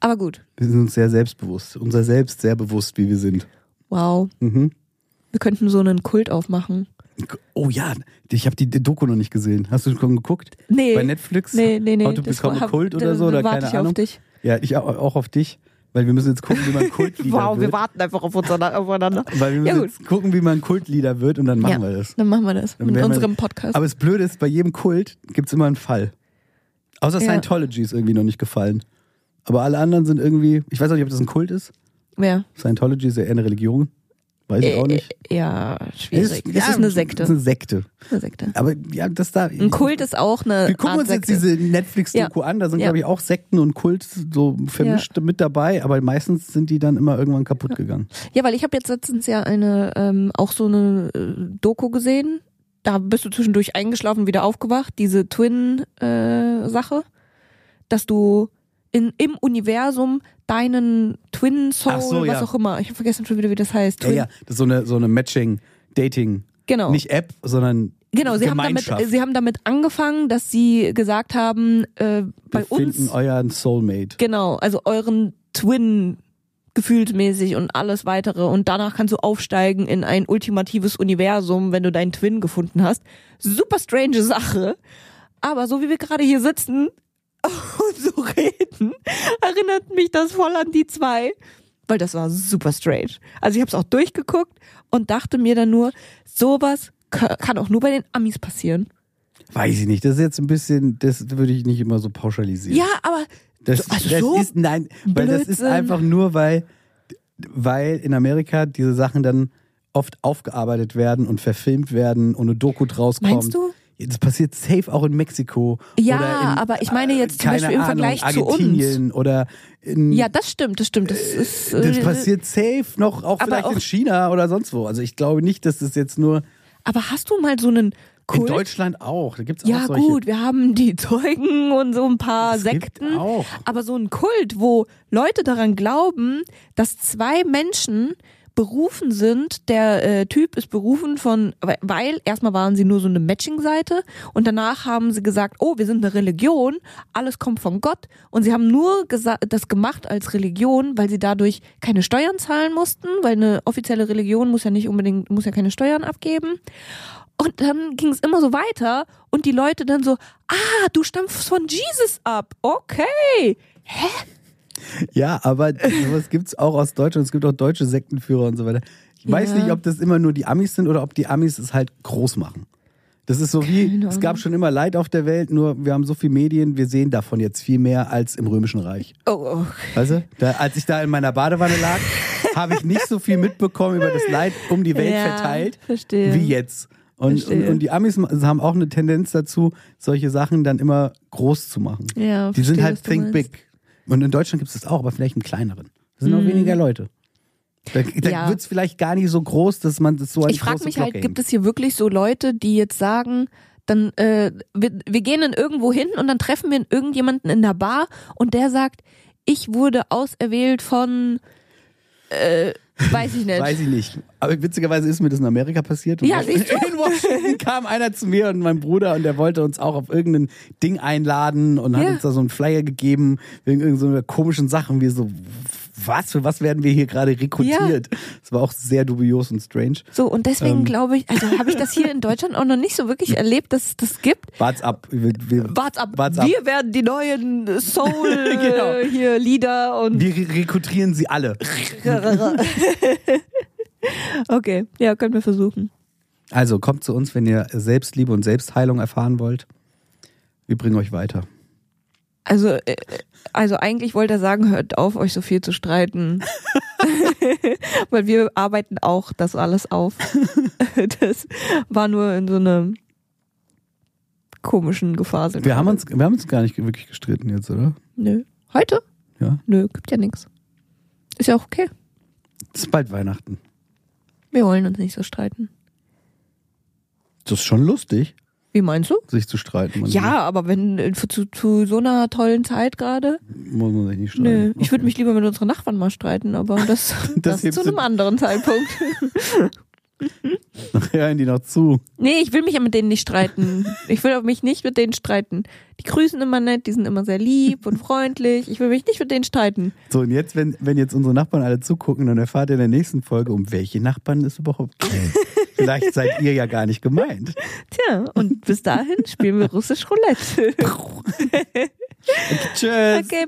[SPEAKER 1] Aber gut.
[SPEAKER 2] wir sind uns sehr selbstbewusst. Unser Selbst sehr bewusst, wie wir sind.
[SPEAKER 1] Wow.
[SPEAKER 2] Mhm.
[SPEAKER 1] Wir könnten so einen Kult aufmachen.
[SPEAKER 2] Oh ja, ich habe die Doku noch nicht gesehen. Hast du schon geguckt?
[SPEAKER 1] Nee.
[SPEAKER 2] Bei Netflix?
[SPEAKER 1] Nee, nee, nee.
[SPEAKER 2] How to Become a
[SPEAKER 1] hab-
[SPEAKER 2] Cult
[SPEAKER 1] da-
[SPEAKER 2] oder so? Oder
[SPEAKER 1] warte
[SPEAKER 2] keine
[SPEAKER 1] ich
[SPEAKER 2] Ahnung.
[SPEAKER 1] auf dich.
[SPEAKER 2] Ja, ich au- auch auf dich. Weil wir müssen jetzt gucken, wie man Kultleader
[SPEAKER 1] Wow, wir
[SPEAKER 2] wird.
[SPEAKER 1] warten einfach auf unser- aufeinander.
[SPEAKER 2] Weil wir müssen
[SPEAKER 1] Ja, gut.
[SPEAKER 2] jetzt gucken, wie man Kultleader wird und dann machen
[SPEAKER 1] Ja,
[SPEAKER 2] wir das.
[SPEAKER 1] Dann machen wir das.
[SPEAKER 2] Dann
[SPEAKER 1] mit
[SPEAKER 2] werden wir-
[SPEAKER 1] unserem Podcast.
[SPEAKER 2] Aber das Blöde ist, bei jedem Kult gibt es immer einen Fall. Außer
[SPEAKER 1] Ja.
[SPEAKER 2] Scientology ist irgendwie noch nicht gefallen. Aber alle anderen sind irgendwie, ich weiß auch nicht, ob das ein Kult ist.
[SPEAKER 1] ja.
[SPEAKER 2] Scientology ist ja eher eine Religion. Weiß ich auch nicht.
[SPEAKER 1] Äh, Ja, schwierig. Es ist eine Sekte.
[SPEAKER 2] Ist eine Sekte.
[SPEAKER 1] Eine Sekte.
[SPEAKER 2] Aber ja, das da.
[SPEAKER 1] Ein Kult ist auch eine
[SPEAKER 2] Wir gucken
[SPEAKER 1] Art
[SPEAKER 2] uns jetzt
[SPEAKER 1] Sekte.
[SPEAKER 2] diese Netflix-Doku an, da sind,
[SPEAKER 1] Ja.
[SPEAKER 2] glaube ich, auch Sekten und Kult so vermischt mit dabei, aber meistens sind die dann immer irgendwann kaputt gegangen.
[SPEAKER 1] Ja, weil ich habe jetzt letztens ja eine ähm, auch so eine äh, Doku gesehen. Da bist du zwischendurch eingeschlafen, wieder aufgewacht. Diese Twin-Sache, dass du in, im Universum deinen Twin Soul,
[SPEAKER 2] Ach so,
[SPEAKER 1] was
[SPEAKER 2] ja.
[SPEAKER 1] auch immer. Ich habe vergessen schon wieder, wie das heißt.
[SPEAKER 2] Ja,
[SPEAKER 1] Twin.
[SPEAKER 2] ja, das ist so eine, so eine Matching-Dating.
[SPEAKER 1] Genau.
[SPEAKER 2] Nicht App, sondern
[SPEAKER 1] Genau, sie haben, damit,
[SPEAKER 2] Gemeinschaft.
[SPEAKER 1] sie haben damit angefangen, dass sie gesagt haben, äh, bei
[SPEAKER 2] Wir finden
[SPEAKER 1] uns,
[SPEAKER 2] euren Soulmate.
[SPEAKER 1] genau, also euren Twin gefühlsmäßig und alles weitere und danach kannst du aufsteigen in ein ultimatives Universum, wenn du deinen Twin gefunden hast. Super strange Sache, aber so wie wir gerade hier sitzen und so reden, erinnert mich das voll an die zwei, weil das war super strange. Also ich habe es auch durchgeguckt und dachte mir dann nur, sowas kö- kann auch nur bei den Amis passieren.
[SPEAKER 2] Weiß ich nicht, das ist jetzt ein bisschen, das würde ich nicht immer so pauschalisieren.
[SPEAKER 1] Ja, aber
[SPEAKER 2] das,
[SPEAKER 1] also
[SPEAKER 2] das
[SPEAKER 1] so
[SPEAKER 2] ist nein, weil das ist
[SPEAKER 1] Blödsinn.
[SPEAKER 2] einfach nur, weil, weil in Amerika diese Sachen dann oft aufgearbeitet werden und verfilmt werden und eine Doku draus kommt.
[SPEAKER 1] Meinst du?
[SPEAKER 2] Das passiert safe auch in Mexiko.
[SPEAKER 1] Ja,
[SPEAKER 2] oder in,
[SPEAKER 1] aber ich meine jetzt zum
[SPEAKER 2] keine
[SPEAKER 1] Beispiel im
[SPEAKER 2] Ahnung,
[SPEAKER 1] Vergleich zu uns.
[SPEAKER 2] Argentinien Oder in,
[SPEAKER 1] ja, das stimmt, das stimmt. Das ist
[SPEAKER 2] das
[SPEAKER 1] äh,
[SPEAKER 2] passiert safe noch auch
[SPEAKER 1] Aber
[SPEAKER 2] vielleicht
[SPEAKER 1] auch-
[SPEAKER 2] in China oder sonst wo. Also ich glaube nicht, dass das jetzt nur
[SPEAKER 1] Aber hast du mal so einen
[SPEAKER 2] in
[SPEAKER 1] Kult?
[SPEAKER 2] Deutschland auch. Da gibt's
[SPEAKER 1] ja,
[SPEAKER 2] auch solche.
[SPEAKER 1] gut, wir haben die Zeugen und so ein paar
[SPEAKER 2] Es gibt
[SPEAKER 1] Sekten.
[SPEAKER 2] auch.
[SPEAKER 1] Aber so ein Kult, wo Leute daran glauben, dass zwei Menschen berufen sind, der äh, Typ ist berufen von, weil- weil erstmal waren sie nur so eine Matching-Seite und danach haben sie gesagt, oh, wir sind eine Religion, alles kommt von Gott und sie haben nur gesa- das gemacht als Religion, weil sie dadurch keine Steuern zahlen mussten, weil eine offizielle Religion muss ja nicht unbedingt, muss ja keine Steuern abgeben. Und dann ging es immer so weiter und die Leute dann so, ah, du stammst von Jesus ab. Okay.
[SPEAKER 2] Ja, aber sowas gibt's auch aus Deutschland. Es gibt auch deutsche Sektenführer und so weiter. Ich weiß
[SPEAKER 1] Ja.
[SPEAKER 2] nicht, ob das immer nur die Amis sind oder ob die Amis es halt groß machen. Das ist so wie,
[SPEAKER 1] Keine
[SPEAKER 2] es gab schon immer Leid auf der Welt, nur wir haben so viel Medien, wir sehen davon jetzt viel mehr als im Römischen Reich.
[SPEAKER 1] Oh,
[SPEAKER 2] Weißt du? Da, als ich da in meiner Badewanne lag, habe ich nicht so viel mitbekommen über das Leid um die Welt
[SPEAKER 1] Ja,
[SPEAKER 2] verteilt,
[SPEAKER 1] verstehe.
[SPEAKER 2] wie jetzt. Und, und,
[SPEAKER 1] Verstehe.
[SPEAKER 2] und die Amis haben auch eine Tendenz dazu, solche Sachen dann immer groß zu machen.
[SPEAKER 1] Ja,
[SPEAKER 2] die sind
[SPEAKER 1] verstehe,
[SPEAKER 2] halt
[SPEAKER 1] was du
[SPEAKER 2] think
[SPEAKER 1] meinst. Mhm.
[SPEAKER 2] big. Und in Deutschland gibt es das auch, aber vielleicht einen kleineren. Da sind auch weniger Leute. Da, da
[SPEAKER 1] Ja.
[SPEAKER 2] wird es vielleicht gar nicht so groß, dass man das so an
[SPEAKER 1] ich
[SPEAKER 2] die
[SPEAKER 1] frage
[SPEAKER 2] große
[SPEAKER 1] mich
[SPEAKER 2] Glocke
[SPEAKER 1] halt, gibt
[SPEAKER 2] hängt.
[SPEAKER 1] es hier wirklich so Leute, die jetzt sagen, dann äh, wir, wir gehen dann irgendwo hin und dann treffen wir irgendjemanden in der Bar und der sagt, ich wurde auserwählt von äh, weiß ich nicht.
[SPEAKER 2] Weiß ich nicht. Aber witzigerweise ist mir das in Amerika passiert. Und
[SPEAKER 1] Ja,
[SPEAKER 2] in
[SPEAKER 1] siehst du?
[SPEAKER 2] Washington kam einer zu mir und mein Bruder und der wollte uns auch auf irgendein Ding einladen und hat
[SPEAKER 1] Ja.
[SPEAKER 2] uns da so einen Flyer gegeben wegen irgendeiner komischen Sachen. Wir so, was, für was werden wir hier gerade rekrutiert? Das war auch sehr dubios und strange.
[SPEAKER 1] so, und deswegen
[SPEAKER 2] Ähm.
[SPEAKER 1] glaube ich, also habe ich das hier in Deutschland auch noch nicht so wirklich erlebt, dass es das gibt.
[SPEAKER 2] Wart's ab. Wir, wir,
[SPEAKER 1] Wart's ab,
[SPEAKER 2] Wart's ab.
[SPEAKER 1] wir werden die neuen Soul äh,
[SPEAKER 2] Genau.
[SPEAKER 1] hier Lieder und
[SPEAKER 2] Wir re- rekrutieren sie alle.
[SPEAKER 1] okay, ja, können wir versuchen.
[SPEAKER 2] Also kommt zu uns, wenn ihr Selbstliebe und Selbstheilung erfahren wollt. Wir bringen euch weiter.
[SPEAKER 1] Also, äh, also eigentlich wollte er sagen, hört auf, euch so viel zu streiten. Weil wir arbeiten auch das alles auf. das war nur in so einem komischen Gefasel.
[SPEAKER 2] Wir haben uns, wir haben uns gar nicht wirklich gestritten jetzt, oder?
[SPEAKER 1] Nö. Heute?
[SPEAKER 2] Ja.
[SPEAKER 1] Nö, gibt ja nichts. Ist ja auch okay.
[SPEAKER 2] Es ist bald Weihnachten.
[SPEAKER 1] Wir wollen uns nicht so streiten.
[SPEAKER 2] Das ist schon lustig.
[SPEAKER 1] Wie meinst du?
[SPEAKER 2] sich zu streiten. Man
[SPEAKER 1] Ja, aber wenn äh, zu, zu, zu so einer tollen Zeit gerade.
[SPEAKER 2] Muss man sich nicht streiten.
[SPEAKER 1] Nö, ich würde mich lieber mit unseren Nachbarn mal streiten, aber das,
[SPEAKER 2] Das
[SPEAKER 1] das,
[SPEAKER 2] hebst
[SPEAKER 1] zu
[SPEAKER 2] du-
[SPEAKER 1] einem anderen Zeitpunkt.
[SPEAKER 2] Ja, in die noch zu.
[SPEAKER 1] Nee, ich will mich ja mit denen nicht streiten. Ich will auch mich nicht mit denen streiten. Die grüßen immer nett, die sind immer sehr lieb und freundlich. Ich will mich nicht mit denen streiten.
[SPEAKER 2] So, und jetzt, wenn, wenn jetzt unsere Nachbarn alle zugucken, dann erfahrt ihr in der nächsten Folge, um welche Nachbarn es überhaupt geht. Vielleicht seid ihr ja gar nicht gemeint.
[SPEAKER 1] Tja, und bis dahin spielen wir russisch Roulette.
[SPEAKER 2] Tschüss.
[SPEAKER 1] Okay,